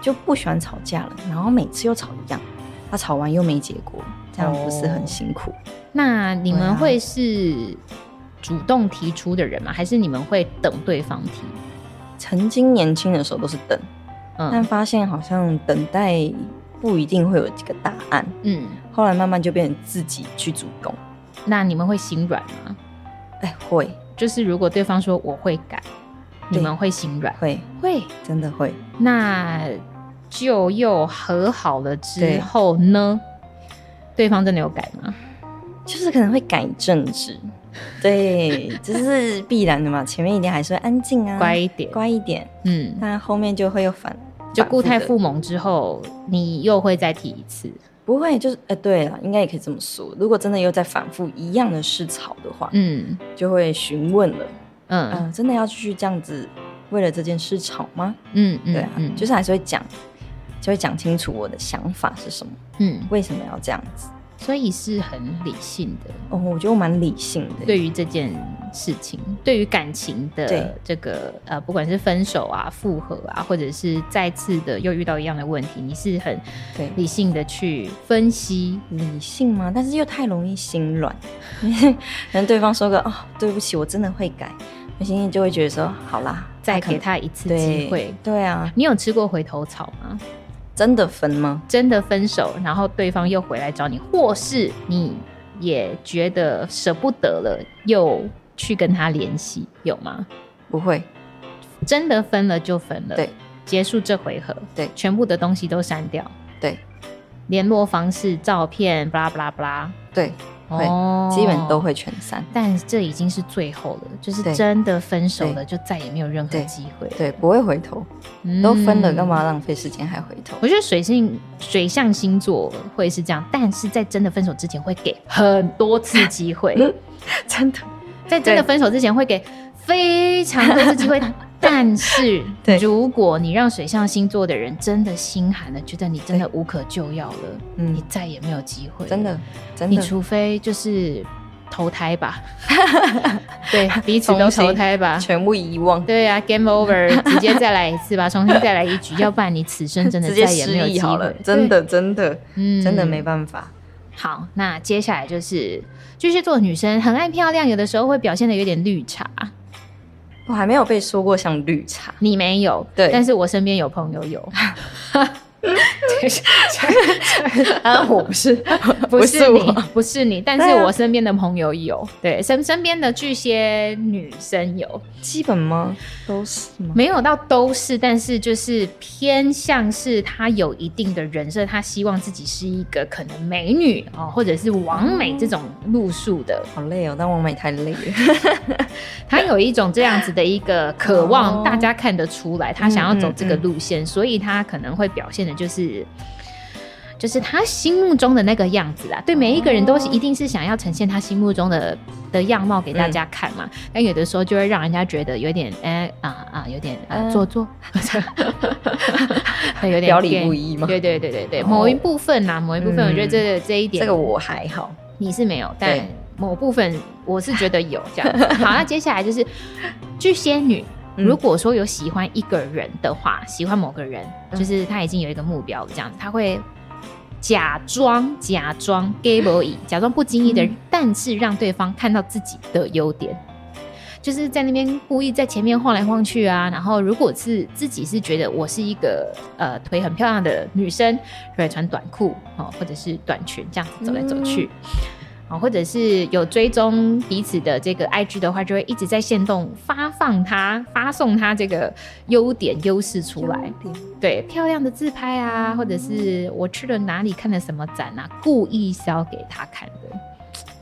B: 就不喜欢吵架了。然后每次又吵一样，他、吵完又没结果，这样不是很辛苦？
A: 那你
B: 对
A: 们
B: 啊
A: 会是主动提出的人吗？还是你们会等对方提？
B: 曾经年轻的时候都是等，但
A: 嗯
B: 发现好像等待不一定会有这个答案。
A: 嗯，
B: 后来慢慢就变成自己去主动，
A: 那你们会心软吗？
B: 哎，会
A: 就是如果对方说我会改，你
B: 对
A: 们会心软？
B: 会，
A: 会。
B: 真的会。
A: 那就又和好了之
B: 对
A: 后呢？对方真的有改吗？
B: 就是可能会改正
A: <laughs>
B: 直，对，这是必然的嘛。前面一点还是会安静啊，
A: 乖一点，
B: 乖一点，
A: 嗯，
B: 但后面就会又反，
A: 就固态
B: 反复的
A: 复萌之后，你又会再提一次，
B: 不会，就是呃，对了，应该也可以这么说。如果真的又在反复一样的事吵的话，
A: 嗯
B: 就会询问了，嗯、
A: 嗯
B: 真的要继续这样子为了这件事吵吗？
A: 嗯嗯，
B: 对啊，
A: 嗯
B: 就是还是会讲，就会讲清楚我的想法是什么，
A: 嗯，
B: 为什么要这样子。
A: 所以是很理性的，
B: 哦，我觉得我蛮理性的，
A: 对于这件事情，对于感情的
B: 对
A: 这个呃，不管是分手啊、复合啊，或者是再次的又遇到一样的问题，你是很
B: 对
A: 理性的去分析。
B: 理性吗？但是又太容易心软， <laughs> 可能对方说个哦，对不起，我真的会改，我心里就会觉得说好啦，
A: 再
B: 可
A: 给
B: 能
A: 他一次机会。
B: 对对啊，
A: 你有吃过回头草吗？
B: 真的分吗？
A: 真的分手，然后对方又回来找你，或是你也觉得舍不得了，又去跟他联系，有吗？
B: 不会，
A: 真的分了就分了，
B: 对，
A: 结束这回合，
B: 对
A: 全部的东西都删掉，
B: 对
A: 联络方式、照片，巴拉巴拉巴拉，
B: 对，会
A: 哦
B: 基本都。会全删，
A: 但这已经是最后了，就是
B: 对
A: 真的分手了，就再也没有任何
B: 对
A: 机会。
B: 对，不会回头，
A: 嗯
B: 都分了，干嘛浪费时间还回头？
A: 我觉得水性水象星座会是这样，但是在真的分手之前会给很多次机
B: <laughs>
A: 会，
B: <laughs> 真的， <laughs>
A: 在真的分手之前会给非常多次机会，但但是
B: 对，
A: 如果你让水象星座的人真的心寒了，觉得你真的无可救药了，
B: 嗯
A: 你再也没有机会，
B: 真的，，真
A: 你
B: 的，
A: 除非就是投胎
B: <laughs>
A: 吧，对，彼此都
B: 重新
A: 投胎吧。
B: 全部遗忘，
A: 对啊，game over，直接再来一次吧，重新再来一
B: <laughs>
A: 局，要不然你此生真的
B: 直接
A: 再也没有
B: 失忆
A: 机
B: 好
A: 会
B: 了，，真的，真的，
A: 嗯
B: 真的没办法。
A: 好，那接下来就是巨蟹座的女生很爱漂亮，有的时候会表现的有点绿茶。
B: 我还没有被说过像绿
A: <laughs>
B: 茶，
A: 你没有，
B: 对
A: 但是我身边有朋友
B: <laughs>
A: 有，
B: 啊，我 <laughs> 不是，
A: 不是
B: 是
A: 你， <laughs>
B: 我，
A: 不是你，但
B: 对
A: 是
B: 啊
A: 我身边的朋友有，对，身身边的巨蟹女生有，
B: 基本吗？都是吗？
A: 没有到都是，但是就是偏向是她有一定的人设，她希望自己是一个可能美女哦，或者是完美这种路数的，
B: 好累哦，但我们也太累了。
A: <laughs> 他有一种这样子的一个渴望，
B: 哦
A: 大家看得出来，他想要走这个路
B: 嗯
A: 线，所以他可能会表现的就是。就是他心目中的那个样子啊，对每一个人都是
B: 哦
A: 一定是想要呈现他心目中的的样貌给大家看嘛，但有的时候就会让人家觉得有点哎啊啊，有点啊
B: 嗯
A: 做
B: <laughs>
A: 作， <laughs> 对有点
B: 表里
A: 变
B: 不一吗
A: 对对对对对，
B: 哦
A: 某一部分啦，某一部分，
B: 嗯
A: 我觉得这个这一点，
B: 这个我还好，
A: 你是没有，但
B: 对
A: 某部分我是觉得
B: <laughs>
A: 有这样。好，那接下来就是巨蟹女。
B: 嗯
A: 如果说有喜欢一个人的话，喜欢某个人，
B: 嗯
A: 就是她已经有一个目标了，这样子，她会假装假装 gay
B: <laughs>
A: boy，假装不经意的，
B: 嗯
A: 但是让对方看到自己的优点，就是在那边故意在前面晃来晃去啊。然后如果是自己是觉得我是一个呃腿很漂亮的女生，就会穿短裤哦，或者是短裙这样子走来走去。哦，或者是有追踪彼此的这个 IG 的话，就会一直在线动发放它、发送它这个优点、优势出来。对，漂亮的自拍啊，或者是我去了哪里看了什么展啊，故意是要给他看的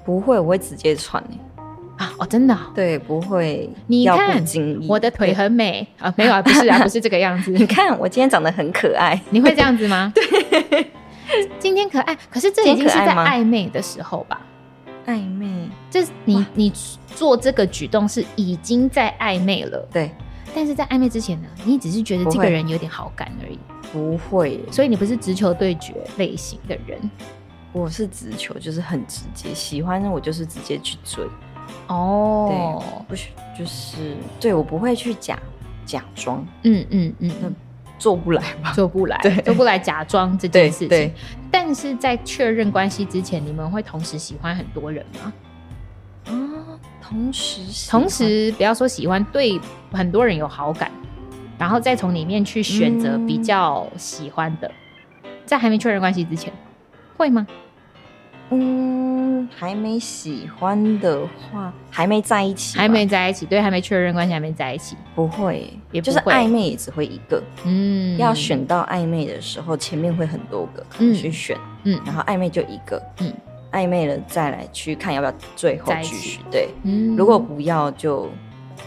B: 不会，我会直接穿欸
A: 啊！哦，真的哦、
B: 对，不会，
A: 你
B: 要
A: 看
B: 不经意。
A: 我的腿很美啊，没有啊，不是啊，不是这个样 <laughs> 子。
B: 对，你看我今天长得很可爱，
A: 你会这样子吗？对，今天可爱，可是这已
B: 今天
A: 经是
B: 可爱
A: 在
B: 吗
A: 暧昧的时候吧？
B: 暧昧，
A: 这你
B: 哇
A: 你做这个举动是已经在暧昧了，
B: 对，
A: 但是在暧昧之前呢，你只是觉得
B: 不
A: 这
B: 会
A: 个人有点好感而已，
B: 不会欸，
A: 所以你不是直球对决类型的人
B: 我是直球，就是很直接，喜欢我就是直接去追，
A: 哦。
B: 不是就是对我不会去假假装，
A: 嗯嗯嗯，嗯
B: 做不来吧？
A: 做不来
B: 对，
A: 做不来假装这件事情
B: 对。
A: 但是在确认关系之前，你们会同时喜欢很多人吗？
B: 啊，同时喜欢
A: 哦同时不要说喜欢，对很多人有好感，然后再从里面去选择
B: 嗯
A: 比较喜欢的，在还没确认关系之前，会吗？
B: 嗯，还没喜欢的话，还没在一起吧，
A: 还没在一起，对，还没确认关系，还没在一起，
B: 不会，
A: 也不
B: 就是
A: 会
B: 暧昧也只会一个。
A: 嗯，
B: 要，选到暧昧的时候，前面会很多个可
A: 嗯
B: 能去选，
A: 嗯
B: 然后暧昧就一个，
A: 嗯
B: 嗯，暧昧了再来去看要不要最后
A: 在一
B: 继
A: 起
B: 续。对，
A: 嗯
B: 如果不要就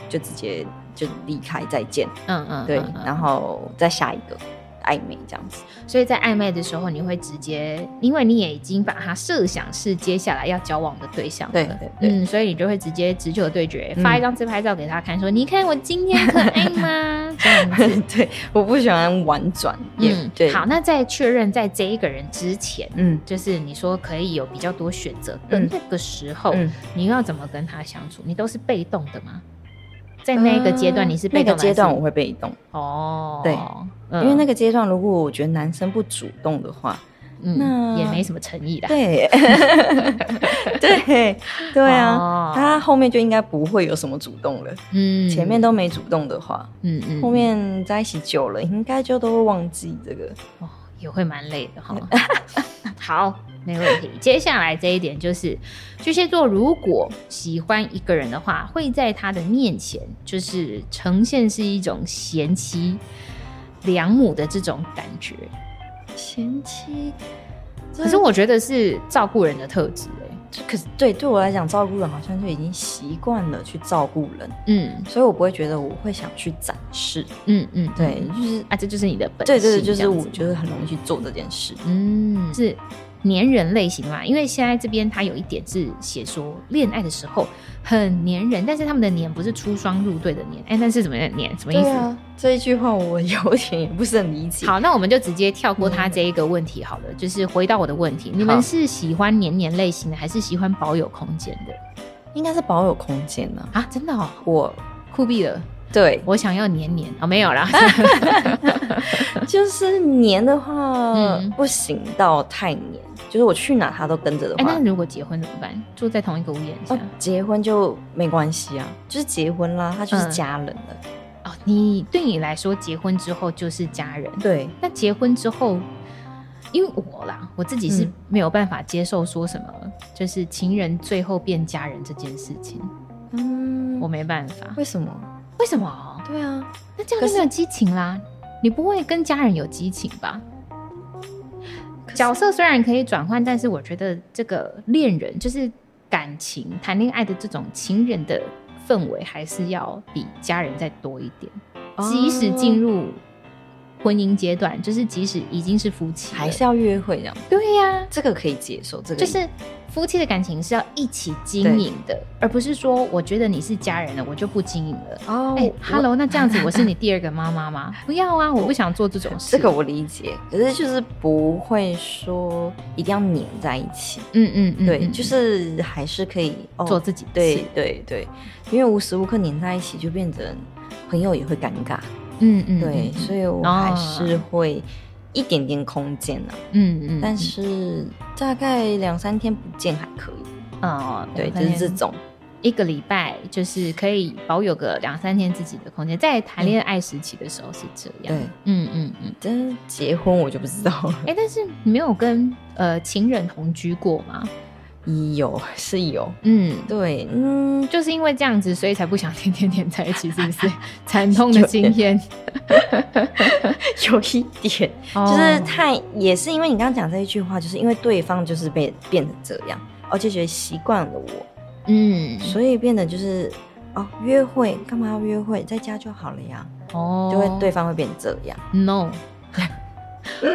B: 就直接就离开再见，
A: 嗯嗯，
B: 对，
A: 嗯嗯
B: 然后再下一个暧昧这样
A: <laughs>
B: 子。
A: 所以在暧昧的时候，你会直接，因为你也已经把它设想是接下来要交往的对象了，
B: 对对对
A: 嗯，所以你就会直接直球对决，
B: 嗯
A: 发一张自拍照给他看，说你看我今天可爱吗？ <laughs> 这样子。
B: 对，我不喜欢婉转， <laughs> 也、
A: 嗯，
B: 对，
A: 好，，那在确认在这一个人之前，
B: 嗯
A: 就是你说可以有比较多选择的
B: 嗯
A: 那个时候，
B: 嗯，
A: 你又要怎么跟他相处？你都是被动的吗？在那个阶段
B: 呃
A: 你是被
B: 那
A: 动
B: 个
A: 的还是、
B: 阶段我会被动，
A: 哦，
B: 对
A: 嗯，
B: 因为那
A: 个、
B: 个阶段如果我觉得男生不主动的话，那
A: 嗯也没什么诚意的，
B: 对，
A: <laughs>
B: 对，对啊，
A: 哦
B: 他后面就应该不会有什么主动了。
A: 嗯
B: 前面都没主动的话，
A: 嗯嗯，
B: 后面在一起久了，应该就都会忘记这个。
A: 哦也会蛮累的
B: <laughs>
A: 哈。好，没问题。接下来这一点就是，巨蟹座如果喜欢一个人的话，会在他的面前就是呈现是一种贤妻良母的这种感觉。
B: 前期，
A: 可是我觉得是照顾人的特质、欸、
B: 这可是对对我来讲，照顾人好像就已经习惯了去照顾人，
A: 嗯
B: 所以我不会觉得我会想去展示。
A: 嗯嗯，
B: 对，就是
A: 啊，这就是你的本性。
B: 对对对，就
A: 这
B: 是
A: 样
B: 我
A: 子
B: 觉得很容易去做这件事。
A: 嗯，是粘人类型嘛，因为现在这边它有一点是写说恋爱的时候很粘人，但是他们的粘不是出双入对的粘，哎，那是怎么样的粘？什么意
B: 对
A: 思？
B: 啊，这一句话我有点也不是很理解。
A: 好，那我们就直接跳过他这一个问题好了，就是回到我的问题，你们
B: 好
A: 是喜欢黏黏类型的，还是喜欢保有空间的
B: 应该是保有空间呢、
A: 啊？真的哦，
B: 我
A: 酷毙了！
B: 对，
A: 我想要黏黏哦，没有 <laughs> 啦，
B: 就是黏的话、
A: 嗯
B: 不行到太黏，就是我去哪他都跟着的
A: 哎，
B: 话
A: 那，如果结婚怎么办？住在同一个屋檐下
B: 哦，结婚就没关系啊，就是结婚啦，他
A: 嗯
B: 就是家人了。
A: 哦，你对你来说，结婚之后就是家人。
B: 对，
A: 那结婚之后，因为我啦，我自己是
B: 嗯
A: 没有办法接受说什么，就是情人最后变家人这件事情，
B: 嗯，
A: 我
B: 我
A: 没办法。
B: 为什么？
A: 为什么？
B: 对啊，
A: 那这样就没有激情啦，你不会跟家人有激情吧？角色虽然可以转换，但是我觉得这个恋人就是感情谈恋爱的这种情人的氛围，还是要比家人再多一点。
B: 哦
A: 即使进
B: 入、
A: 入婚姻阶段，就是即使已经是夫妻了，
B: 还是要约会这样，
A: 对呀、
B: 这个可以接受，这个
A: 就是夫妻的感情是要一起经营的，而不是说我觉得你是家人了，我就不经营了。
B: 哦
A: 哎、
B: 我
A: h e
B: <laughs>
A: l l o 那这样子我是你第二个妈妈吗？不要啊，我不想做这种事。
B: 这个，我理解，可是就是不会说一定要黏在一起，
A: 嗯嗯嗯，
B: 对，
A: 嗯
B: 就是还是可以、哦
A: 做自己的
B: 对
A: 事
B: 对对，因为无时无刻黏在一起就变成朋友也会尴尬，
A: 嗯嗯，
B: 对，所
A: 以，
B: 以我
A: 哦
B: 还是会一点点空间啊，
A: 嗯嗯，
B: 但是大概两三天不见还可以，
A: 嗯，哦，
B: 对，
A: 我发
B: 就
A: 现
B: 是这种，
A: 一个礼拜，就是可以保有个两三天自己的空间，在谈恋爱时期的时候是这样。
B: 嗯对，
A: 嗯嗯嗯。
B: 真是结婚我就不知道了，
A: <laughs> 哎、但是你没有跟呃情人同居过吗？
B: 有是有，
A: 嗯，
B: 对，嗯， <laughs>
A: 就是因为这样子，所以才不想天天黏在一起，是不是？ <laughs> 惨痛的经验，
B: 有一点。
A: 就
B: 就是太也是因为你刚刚讲这一句话，就是因为对方就是被变成这样，而且觉得习惯了我，
A: 嗯，
B: 所以变得就是哦，约会干嘛要约会，在家就好了呀，
A: 哦，
B: 就会对方会变这样。
A: ，no，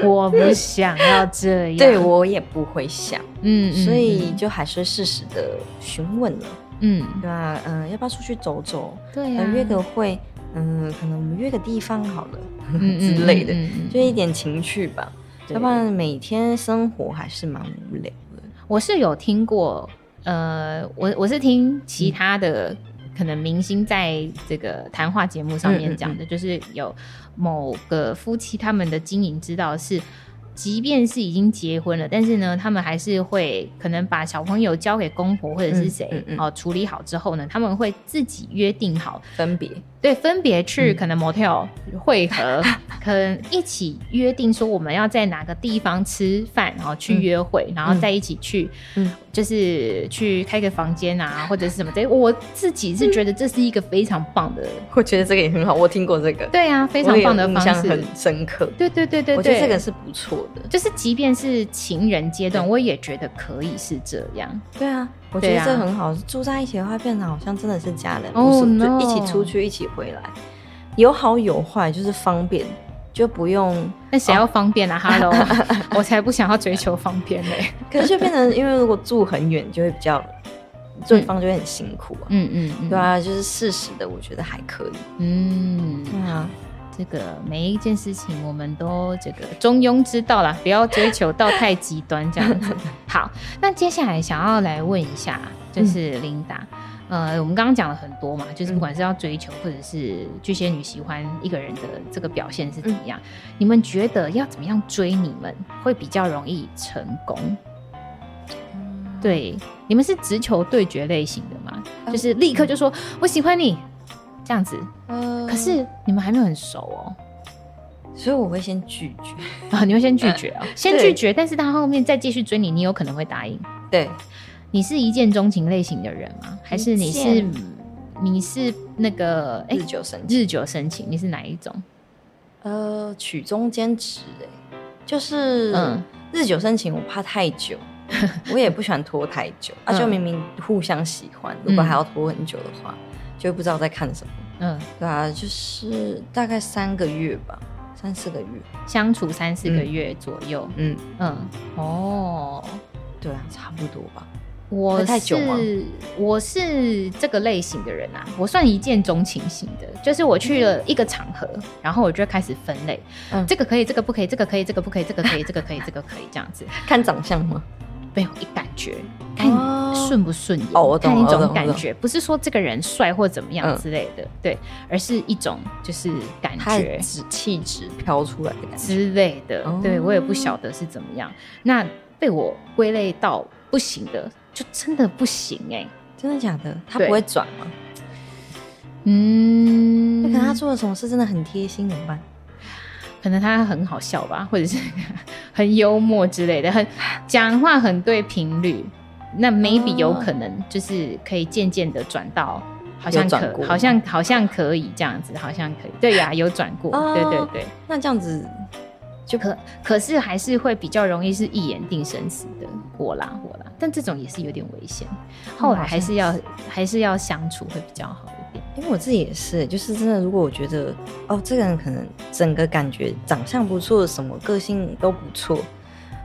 A: 我不想要这样，
B: 对，我也不会想，
A: 嗯，嗯
B: 所以，就还是适时的询问了，
A: 嗯，
B: 对吧、嗯、要不要出去走走？
A: 对啊呀、
B: 呃、约个会，嗯、可能我们约个地方好了、 <laughs>
A: 嗯
B: 之类的，
A: 嗯嗯嗯
B: 就一点情趣吧，
A: 对
B: 要不然每天生活还是蛮无聊的。
A: 我是有听过，呃，我我是听
B: 嗯
A: 其他的、可能明星在这个谈话节目上
B: 嗯
A: 面讲的，就是有某个夫妻他们的经营之道是。即便是已经结婚了，但是呢，他们还是会可能把小朋友交给公婆或者是谁、
B: 嗯嗯嗯
A: 哦处理好之后呢，他们会自己约定好，
B: 分别，
A: 对，分别去
B: 嗯啊
A: 可能 motel 会合， <laughs> 可能一起约定说我们要在哪个地方吃饭，然后去
B: 嗯
A: 约会，然后
B: 嗯
A: 再一起去，
B: 嗯
A: 就是去开个房间啊，或者是什么的。我自己是觉得这是一个非常棒的，
B: 我觉得这个也很好，我听过这个，
A: 对啊，非
B: 我
A: 常
B: 也
A: 棒的
B: 印
A: 方
B: 象
A: 式。
B: 很深刻。
A: 对对对对对，
B: 我觉得这个是不错的。
A: 就是即便是情人阶段，我也觉得可以是这样。
B: 对啊，哦我觉
A: 对
B: 得
A: 啊
B: 这很好，住在一起的话，变成好像真的是家人，
A: Oh,
B: 无时
A: no
B: 就一起出去，一起回来，有好有坏，就是方便，就不用。
A: 那谁要方便啊
B: <laughs>
A: 哈喽，我才不想要追求方便嘞、
B: 可是就变成，因为如果住很远，就会比较对方就会很辛苦啊。
A: 嗯嗯嗯，
B: 对，啊，就是适时的，我觉得还可以。
A: 嗯。
B: 对啊，
A: 这个每一件事情，我们都这个中庸之道啦，不要追求到太极端这样子。好，那接下来想要来问一下，
B: 嗯
A: 就是琳达，呃，我们刚刚讲了很多嘛，就是不管是要追求，或者是巨蟹女喜欢一个人的这个表现是怎么样？
B: 嗯
A: 你们觉得要怎么样追你们会比较容易成功？对，你们是直球对决类型的吗？
B: 嗯
A: 就是立刻就说我喜欢你这样子，
B: 嗯，
A: 可是你们还没有很熟哦。
B: 所以我会先拒绝。
A: 啊，你会先拒绝啊、先
B: 对
A: 拒绝，但是他后面再继续追你，你有可能会答应。
B: 对，
A: 你是一见钟情类型的人吗？还是你
B: 一
A: 是
B: 见
A: 你是那个哎
B: 日久生情。
A: 日久生情？你是哪一种？
B: 呃，曲中间值哎，就是
A: 嗯
B: 日久生情，我怕太
A: <laughs>
B: 久，我也不喜欢拖太久。啊，就
A: 嗯
B: 明明互相喜欢，如果
A: 嗯
B: 还要拖很久的话，就会不知道在看什么。
A: 嗯，
B: 对啊，就是大概三个月吧，三四个月，
A: 相处三四个月左右。
B: 嗯，
A: 嗯，哦，
B: 对啊，差不多吧。
A: 我
B: 会太久吗
A: 是我是这个类型的人啊，我算一见钟情型的，就是我去了一个场合，然后我就会开始分类，
B: 嗯
A: 这个可以，这个不可以，这个可以，这个不可以，这个可以，这个可以，这个可以，这样子，
B: 看长相吗？
A: 没有一感觉，看
B: 哦
A: 顺不顺眼，
B: 哦我懂
A: 看一
B: 我
A: 种
B: 懂
A: 感
B: 我
A: 觉，不是说这个人帅或怎么样
B: 嗯
A: 之类的，对，而是一种就是感
B: 他
A: 觉
B: 的。气气质飘出来的感觉。
A: 之类的，
B: 哦
A: 对我也不晓得是怎么样。那被我归类到不行的，就真的不行哎、
B: 真的假的？他
A: 对
B: 不会转吗？
A: 嗯，
B: 那可能他做了什么事真的很贴心，怎么办？
A: 可能他很好笑吧，或者是 <laughs> 很幽默之类 <sighs> 的，很讲话很对频率。那 maybe
B: 哦
A: 有可能就是可以渐渐的转到，好像
B: 有转
A: 可
B: 过
A: 好像好像可以这样子，好像可以。对 <laughs> 呀、有转过，
B: 哦
A: 对对对。
B: 那这样子
A: 就可可是还是会比较容易是一眼定生死的，我啦我啦，但这种也是有点危险。后来嗯还是要还是要相处会比较好一点。
B: 因为我自己也是，就是真的，如果我觉得哦，这个人可能整个感觉长相不错，什么个性都不错，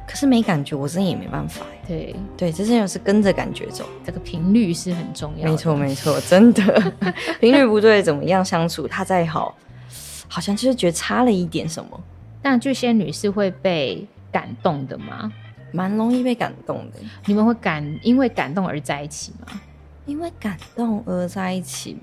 B: 可是没感觉，我真的也没办法欸。
A: 对，
B: 对，这些人是跟着感觉走，
A: 这个频率是很重要的。
B: 没错没错，真的 <laughs> 频率不对，怎么样相处，他再好，好像就是觉得差了一点什么，
A: 那巨蟹女是会被感动的吗？
B: 蛮容易被感动的。
A: 你们会感因为感动而在一起吗？
B: 因为感动而在一起，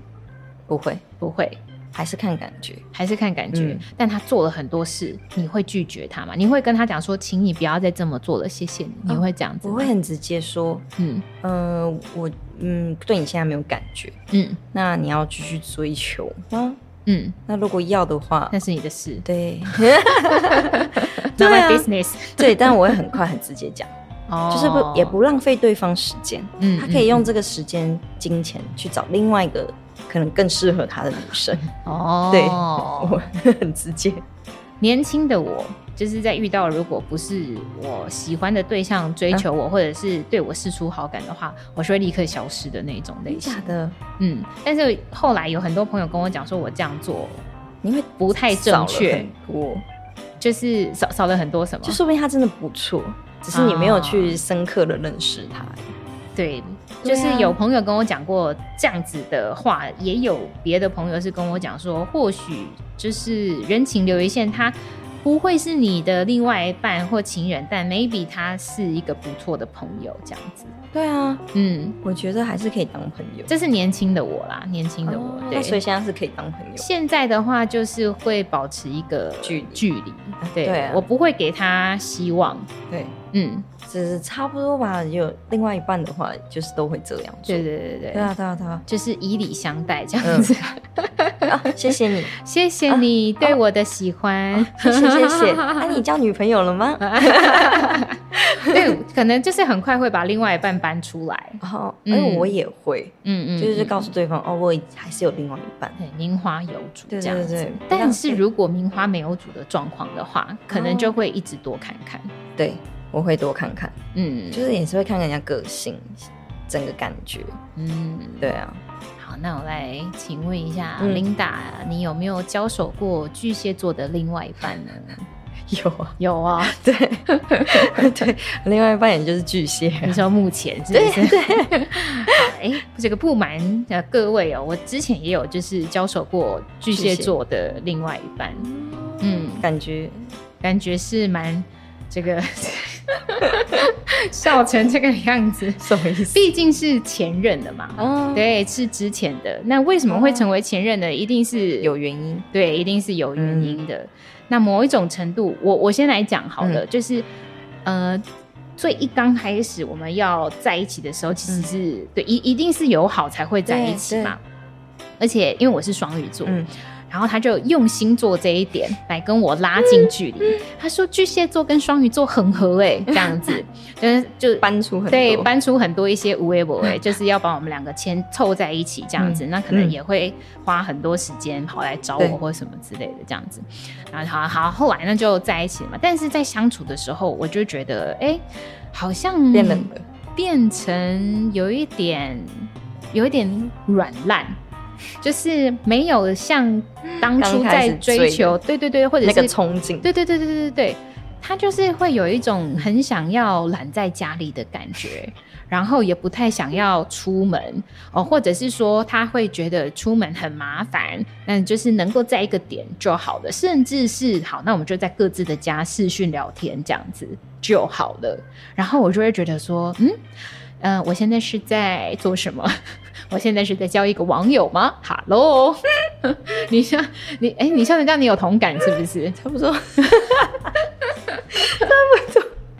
B: 不会，
A: 不会，
B: 还是看感觉。
A: 还是看感觉。
B: 嗯
A: 但他做了很多事，你会拒绝他吗？你会跟他讲说，请你不要再这么做了，谢谢你。你会这样子
B: 我
A: 吗？
B: 哦会很直接说，
A: 嗯
B: 嗯、我嗯对你现在没有感觉，
A: 嗯
B: 那你要继续追求吗？
A: 嗯，
B: 那如果要的话
A: 那，是你的事，
B: <laughs> 对 <laughs>
A: 那 my
B: 对啊
A: business。
B: 对，但我会很快很直接讲，
A: 哦
B: 就是不也不浪费对方时间，
A: 嗯
B: 他可以用这个时间、金钱去找另外一个可能更适合他的女生。
A: 哦，
B: 对，我很直
A: <laughs>
B: 接，
A: 年轻的我就是在遇到如果不是我喜欢的对象追求
B: 啊
A: 我，或者是对我示出好感的话，我是会立刻消失的那种类型。
B: 的？
A: 嗯，但是后来有很多朋友跟我讲说，我这样做
B: 你会
A: 不太正确，
B: 我
A: 就是少少了很多什么，
B: 就说不定他真的不错，只是你没有去深刻的认识他。
A: 对，就
B: 对啊
A: 是有朋友跟我讲过这样子的话，也有别的朋友是跟我讲说，或许就是人情留一线，他不会是你的另外一半或情人，但 maybe 他是一个不错的朋友这样子。
B: 对啊，
A: 嗯，
B: 我觉得还是可以当朋友。
A: 这是年轻的我啦，年轻的我。
B: 哦
A: 对，
B: 那所以现在是可以当朋友。
A: 现在的话就是会保持一个
B: 距离
A: 距离，对
B: 对啊
A: 我不会给他希望。
B: 对，
A: 嗯，
B: 只是差不多吧。有另外一半的话，就是都会这样做。
A: 对对对对
B: 对啊，嗯对啊，对啊。
A: 就是以礼相待这样子。
B: 啊， <laughs> 谢谢你，
A: 谢
B: 啊
A: 谢你对我的喜欢，
B: 谢谢谢
A: <laughs>
B: 谢。啊，你交女朋友了吗？
A: 嗯
B: 啊
A: <laughs> 对，可能就是很快会把另外一半搬出来。
B: 然后，
A: 嗯
B: 因为我也会，
A: 嗯嗯，
B: 就是
A: 嗯
B: 告诉对方，哦，我还是有另外一半。
A: 对名花有主
B: 对
A: 这样
B: 对
A: 子。
B: 对，
A: 但是如果名花没有主的状况的话，可能就会一直多看看。
B: 对，我会多看看，
A: 嗯
B: 哦就是也是会看看人家个性，整个感觉。
A: 嗯，
B: 对啊，
A: 好，那我来请问一下
B: 嗯
A: Linda，你有没有交手过巨蟹座的另外一半呢？
B: 有啊，
A: 有啊，
B: <laughs> 对对，另外一半也就是巨蟹啊、
A: 你说目前是不是？对， <laughs> 哎、这个不瞒呃各位哦，我之前也有就是交手过巨蟹座的另外一半，嗯，
B: 感觉
A: 感觉是蛮这个 <laughs> 笑成这个样子，
B: 什么意思？
A: 毕竟是前任的嘛，
B: 啊，
A: 对，是之前的。那为什么会成为前任呢？一定是
B: 有原因。
A: 对，一定是有原因的。那某一种程度，我我先来讲好了，就是呃，最一刚开始我们要在一起的时候，其实是、对一一定是友好才会在一起嘛。而且因为我是双鱼座，
B: 嗯，
A: 然后他就用星座这一点来跟我拉近距离。他说巨蟹座跟双鱼座很合哎、这样子 <laughs> 就是就
B: 搬出很多，
A: 对，搬出很多一些无微不
B: <laughs>
A: 微，就是要把我们两个牵凑在一起这样子，那可能
B: 嗯
A: 也会花很多时间跑来找我
B: 对
A: 或什么之类的这样子。然后好好，后来那就在一起了嘛。但是在相处的时候，我就觉得，哎、好像
B: 变冷了。
A: 变成有一点，有一点软烂。就是没有像当初在追求，对对对，或者
B: 那
A: 是
B: 个憧憬，
A: 对对对对对对对，他就是会有一种很想要懒在家里的感觉，然后也不太想要出门哦，或者是说他会觉得出门很麻烦，嗯，就是能够在一个点就好了，甚至是好，那我们就在各自的家视讯聊天这样子就好了。然后我就会觉得说，嗯，呃，我现在是在做什么？ <laughs> 我现在是在交一个网友吗？Hello，你像你哎、你像人家你有同感是不是？
B: 差不多。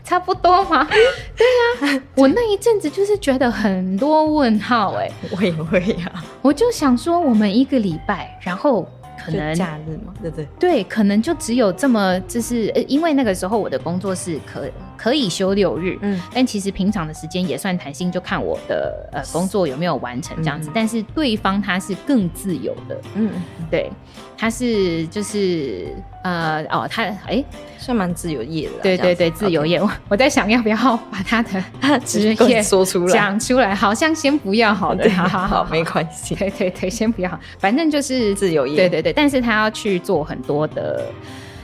A: 差不多 <laughs> 吗？对呀、我那一阵子就是觉得很多问号哎、
B: <laughs> 我也会啊 <laughs> 呀，
A: 我就想说我们一个礼拜，然后可
B: 就
A: 能
B: 假日嘛，对不对？
A: 对，可能就只有这么，就是、呃、因为那个时候我的工作是可可以休六日，
B: 嗯，
A: 但其实平常的时间也算弹性，就看我的呃工作有没有完成这样子。
B: 嗯
A: 但是对方他是更自由的，
B: 嗯，
A: 对，他是就是呃哦，他哎、
B: 算蛮自由业的啦。
A: 对
B: 这样
A: 对对，
B: 子
A: 自由，业。我我在想要不要把他的职
B: OK <laughs> 跟
A: 业
B: 你说出来，
A: 讲出来，好像先不要好了，
B: <laughs> 对，
A: 好好
B: 好，
A: 好，
B: 没关系，
A: 对对对，先不要，反正就是
B: 自由业，
A: 对对对，但是他要去做很多的，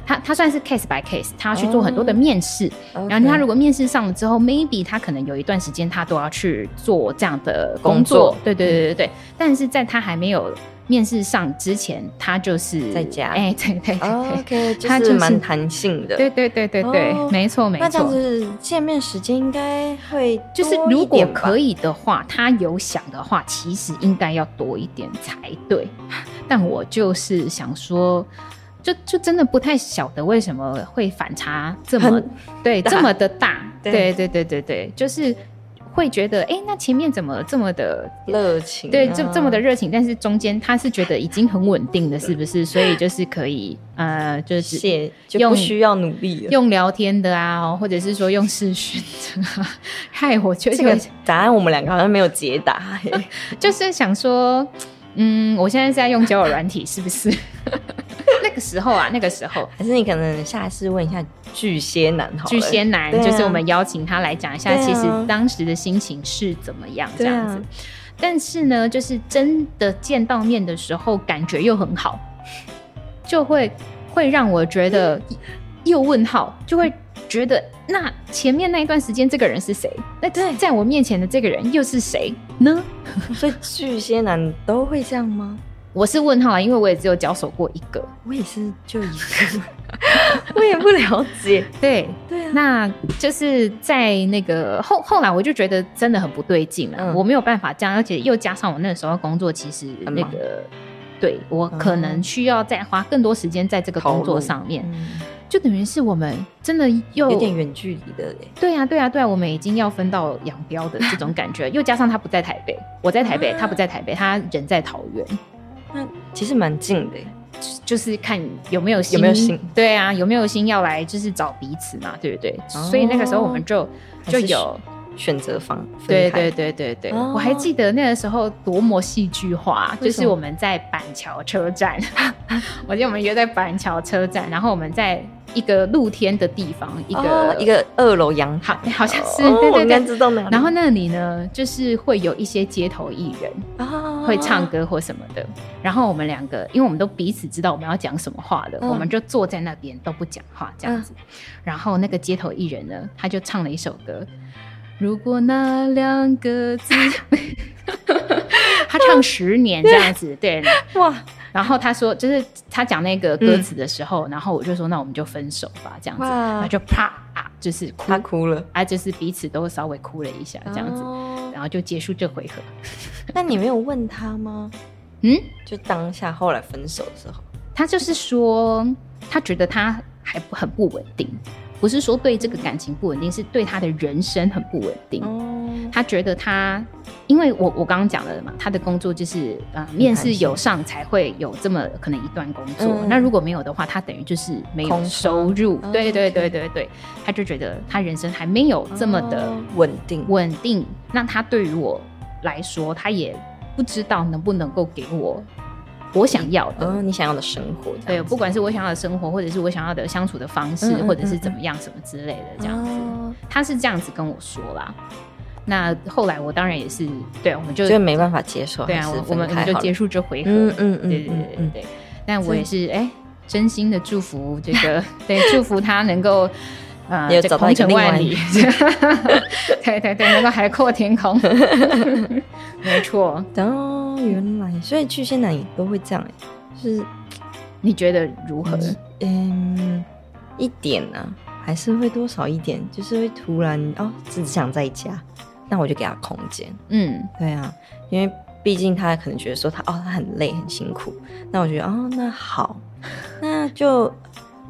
A: 他他算是 case by case，他要去做很多的面试，
B: 哦 OK，
A: 然后他如果面试上了之后，maybe 他可能有一段时间他都要去做这样的
B: 工
A: 工
B: 作
A: 作，对对对对对，但是在他还没有面试上之前，他就是
B: 在家
A: 哎，对对对
B: 哦
A: 对。
B: OK，就
A: 他就是是
B: 蛮弹性的。
A: 对对对对对，
B: 哦
A: 没错没
B: 那这样
A: 错。
B: 子见面时间应该会
A: 就是如果可
B: 以，
A: 以的话，他有想的话，其实应该要多一点才对。 <laughs> 但我就是想说，就就真的不太晓得为什么会反差这么
B: 很
A: 对
B: 大
A: 这么的大，对
B: 对
A: 对对对对，就是会觉得，哎、那前面怎么这么的
B: 热情啊，
A: 对，这这么的热情，但是中间他是觉得已经很稳定了，是不是？所以就是可以呃，就是
B: 谢就
A: 用
B: 不需要努力了。
A: 用聊天的啊，或者是说用视讯的、啊， <laughs> 害我就
B: 这
A: 有
B: 个答案我们两个好像没有解答、哎嘿
A: 就是想说，嗯，我现在是在用交友软体，是不是？ <laughs> 那个时候啊，那个时候
B: 还是你可能下一次问一下巨蟹男好
A: <laughs>
B: 了。
A: 巨蟹男、
B: 对啊
A: 就是我们邀请他来讲一下，
B: 对啊
A: 其实当时的心情是怎么样这
B: 对
A: 样
B: 啊
A: 子。但是呢，就是真的见到面的时候，感觉又很好，就会会让我觉 <laughs> 得又问号，就会觉得那前面那一段时间这个人是谁？那
B: 对
A: 在我面前的这个人又是谁呢？
B: 所以巨蟹男都会这样吗？
A: 我是问号啊，因为我也只有交手过一个。
B: 我也是就一个， <laughs> 我也不了解。
A: 对，
B: 对啊，
A: 那就是在那个后后来，我就觉得真的很不对劲了，
B: 嗯
A: 我没有办法这样，而且又加上我那时候工作其实
B: 很
A: 那
B: 忙
A: 个。对我可能需要再花更多时间在这个工
B: 投入
A: 作上面，
B: 嗯
A: 就等于是我们真的又
B: 有点远距离的耶。
A: 对呀、对呀、啊对呀、我们已经要分道扬镳的这种感
B: <laughs>
A: 觉，又加上他不在台北，我在台北，
B: 啊
A: 他不在台北，他人在桃园，
B: 那其实蛮近的耶，
A: 就是看有没有心，
B: 有没有心
A: 对啊，有没有心要来就是找彼此嘛，对不对？
B: 哦
A: 所以那个时候我们就
B: 还
A: 就是有
B: 选择方
A: 对
B: 分开
A: 对对对对，
B: 哦
A: 我还记得那个时候多么戏剧化，
B: 为
A: 就
B: 什么
A: 是我们在板桥车站， <laughs> 我记得我们约在板桥车站，然后我们在一个露天的地方，一
B: 一
A: 个、
B: 个、哦一，个二楼阳台，
A: 好像是、
B: 哦
A: 对
B: 我应该
A: 对对。
B: 知道哪里。
A: 然后那里呢，就是会有一些街头艺人
B: 啊
A: 会唱歌或什么的。然后我们两个，因为我们都彼此知道我们要讲什么话了，
B: 嗯
A: 我们就坐在那边都不讲话这样子。然后那个街头艺人呢，他就唱了一首歌，如果那两个字， <laughs> 他唱十年这样子，对。
B: 哇，
A: 然后他说，就是他讲那个歌词的时候，然后我就说，那我们就分手吧，这样子，
B: 嗯哇
A: 然后就啪啊，就是哭
B: 他，哭了，
A: 啊，就是彼此都稍微哭了一下这样子，
B: 哦
A: 然后就结束这回合。
B: 那你没有问他吗？
A: 嗯，
B: 就当下后来分手的时候，
A: 他就是说，他觉得他还不很不稳定，不是说对这个感情不稳定，是对他的人生很不稳定。
B: 嗯，
A: 他觉得他，因为我我刚刚讲了嘛，他的工作就是呃，面试有上才会有这么可能一段工作，
B: 嗯
A: 那如果没有的话，他等于就是没有
B: 空窗
A: 收入。
B: 哦
A: 对对
B: OK
A: 对对对，他就觉得他人生还没有这么的
B: 哦稳定，
A: 稳定。那他对于我来说，他也不知道能不能够给我我想要的。
B: 嗯，你想要的生活，
A: 对，不管是我想要的生活，或者是我想要的相处的方式，
B: 嗯嗯哦
A: 或者是怎么样什么之类的，这样子，
B: 子，
A: 他是这样子跟我说啦。那后来我当然也是，对，我们就
B: 就没办法接受，
A: 对啊，
B: 还
A: 我
B: 是
A: 我
B: 分
A: 们我
B: 开
A: 们就
B: 好了
A: 结束这回合。
B: 嗯嗯嗯
A: 对对对
B: 嗯
A: 对
B: 嗯，
A: 对。但我也是哎，真心的祝福这
B: <laughs>
A: 个，对，祝福他能够。呃，
B: 也
A: 这
B: 找到
A: 鹏
B: 一个
A: 程
B: 另
A: 万
B: <laughs> 外一
A: 里，对对对，能够海阔天
B: <laughs>
A: 空，没错。
B: 哦，原来，所以巨蟹男也都会这样、欸，就是
A: 你觉得如何？
B: 嗯，一点啊，还是会多少一点，就是会突然哦，只想在家，那我就给他空间。
A: 嗯
B: 对啊，因为毕竟他可能觉得说他哦，他很累很辛苦，那我觉得哦，那好，那就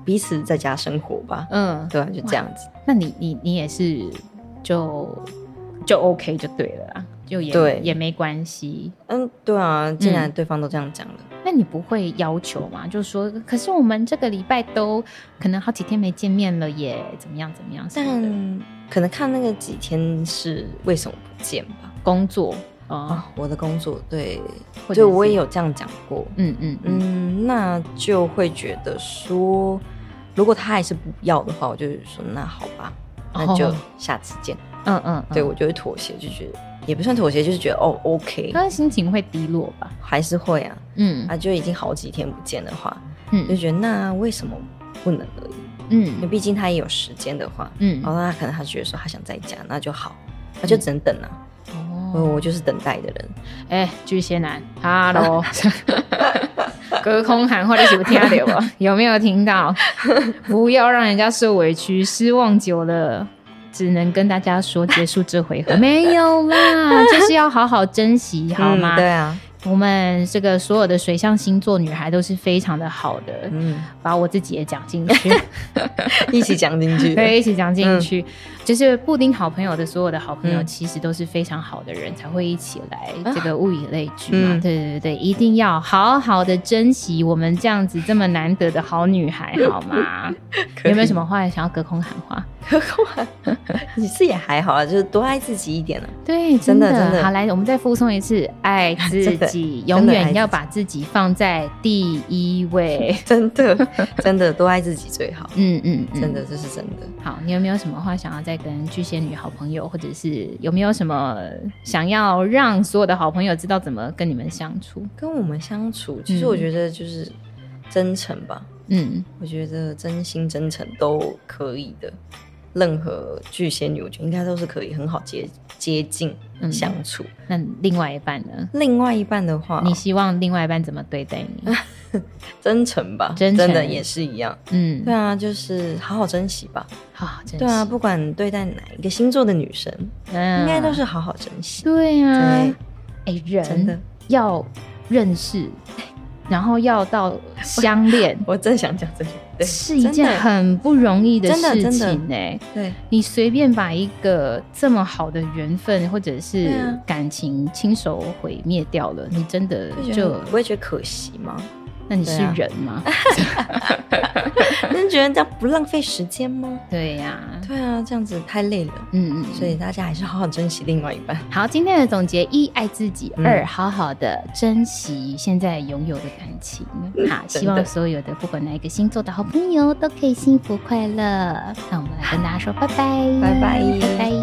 B: 彼此在家生活吧。
A: 嗯，
B: 对啊，就这样子。
A: 那你你你也是就就 OK 就对了啦，就也
B: 对
A: 也没关系。
B: 嗯，对啊，既然
A: 嗯
B: 对方都这样讲了，
A: 那你不会要求吗？就说，可是我们这个礼拜都可能好几天没见面了耶，怎么样怎么样什么的？
B: 但可能看那个几天是为什么不见吧。
A: 工作
B: 啊、
A: 哦，
B: 我的工作对，
A: 或者
B: 就我也
A: 是
B: 有这样讲过。
A: 嗯嗯嗯，
B: 嗯，那就会觉得说，如果他还是不要的话，我就说那好吧，那就
A: 哦
B: 下次见。
A: 嗯嗯，
B: 对
A: 嗯。
B: 我就会妥协，就觉得也不算妥协，就是觉得哦，OK，
A: 他的心情会低落吧？
B: 还是会啊，
A: 嗯
B: 啊，就已经好几天不见的话，就
A: 嗯
B: 觉得那为什么不能而已？因为
A: 嗯
B: 毕竟他也有时间的话，
A: 嗯
B: 然后他可能他觉得说他想在家，那就好，那就只能等啊。我
A: 哦，
B: 我就是等待的人，
A: 哎，巨蟹男，Hello，隔空喊话你是不是听得到？有没有听到？不要让人家受委屈，失望久了。只能跟大家说，结束这回合没有
B: <laughs>
A: 啦，就是要好好珍惜，好
B: 嗯
A: 吗？
B: 对啊，
A: 我们这个所有的水象星座女孩都是非常的好的， <laughs>
B: 嗯，
A: 把我自己也讲进去，
B: <laughs> 一起讲
A: <laughs>
B: 进去，
A: 对，一起讲进去。就是布丁好朋友的所有的好朋友，
B: 嗯
A: 其实都是非常好的人，才会一起来
B: 啊
A: 这个物以类聚嘛。
B: 嗯
A: 对对对对，一定要好好的珍惜我们这样子这么难得的好女孩，好吗？
B: <laughs> 可以
A: 有没有什么话想要隔空喊话？
B: 你是也还好啊，就是多爱自己一点
A: <laughs>
B: 啊了、
A: 对，真
B: 真的
A: 的，
B: 真的
A: 好，来，我们再附送一次，爱自
B: <laughs> 真的
A: 己，
B: 真的
A: 永
B: 爱自
A: 远
B: 己
A: 要把自己放在第一位。
B: <laughs> 真的，真的多爱自己最好，
A: 嗯嗯，嗯
B: 真的这是真的。
A: 好，你有没有什么话想要再跟巨蟹女好朋友，或者是有没有什么想要让所有的好朋友知道怎么跟你们相处？
B: 跟我们相处，其实我觉得就是真诚吧，
A: 嗯，
B: 我觉得真心真诚都可以的。任何巨蟹女，我觉得应该都是可以很好接接近
A: 嗯
B: 相处。
A: 那另外一半呢？
B: 另外一半的话，
A: 你希望另外一半怎么对待你？
B: 啊真诚吧，
A: 真诚
B: 真的也是一样。
A: 嗯
B: 对，啊，就是好好珍惜吧。
A: 好，真
B: 对啊，
A: 是，
B: 不管对待哪一个星座的女生，
A: 嗯
B: 应该都是好好珍惜。
A: 对啊。哎，
B: 真的，
A: 人要认识，然后要到相恋
B: 我真想讲这句， <laughs> 对，
A: 是一
B: 真
A: 件
B: 的
A: 很不容易的
B: 真的
A: 事
B: 真的
A: 情哎。
B: 对，
A: 你随便把一个这么好的缘分或者
B: 对
A: 是
B: 啊嗯
A: 感情亲手毁灭掉了，你真的
B: 就觉
A: 就
B: 得不会觉得可惜吗？ <laughs>
A: 那你是
B: 对啊
A: 人吗？
B: 那觉得这样不浪费时间吗？
A: 对呀、
B: 对啊，这样子太累了，
A: 嗯嗯，
B: 所以大家还是好好珍惜另外一半。
A: 好，今天的总结：一爱自己，
B: 嗯
A: 二好好的珍惜现在拥有的感
B: <laughs>
A: 情。好，
B: 真
A: 希
B: 的
A: 望所有的不管哪一个星座的好朋友都可以幸福快乐。那我们来跟大家说拜拜，
B: 拜拜
A: 拜拜。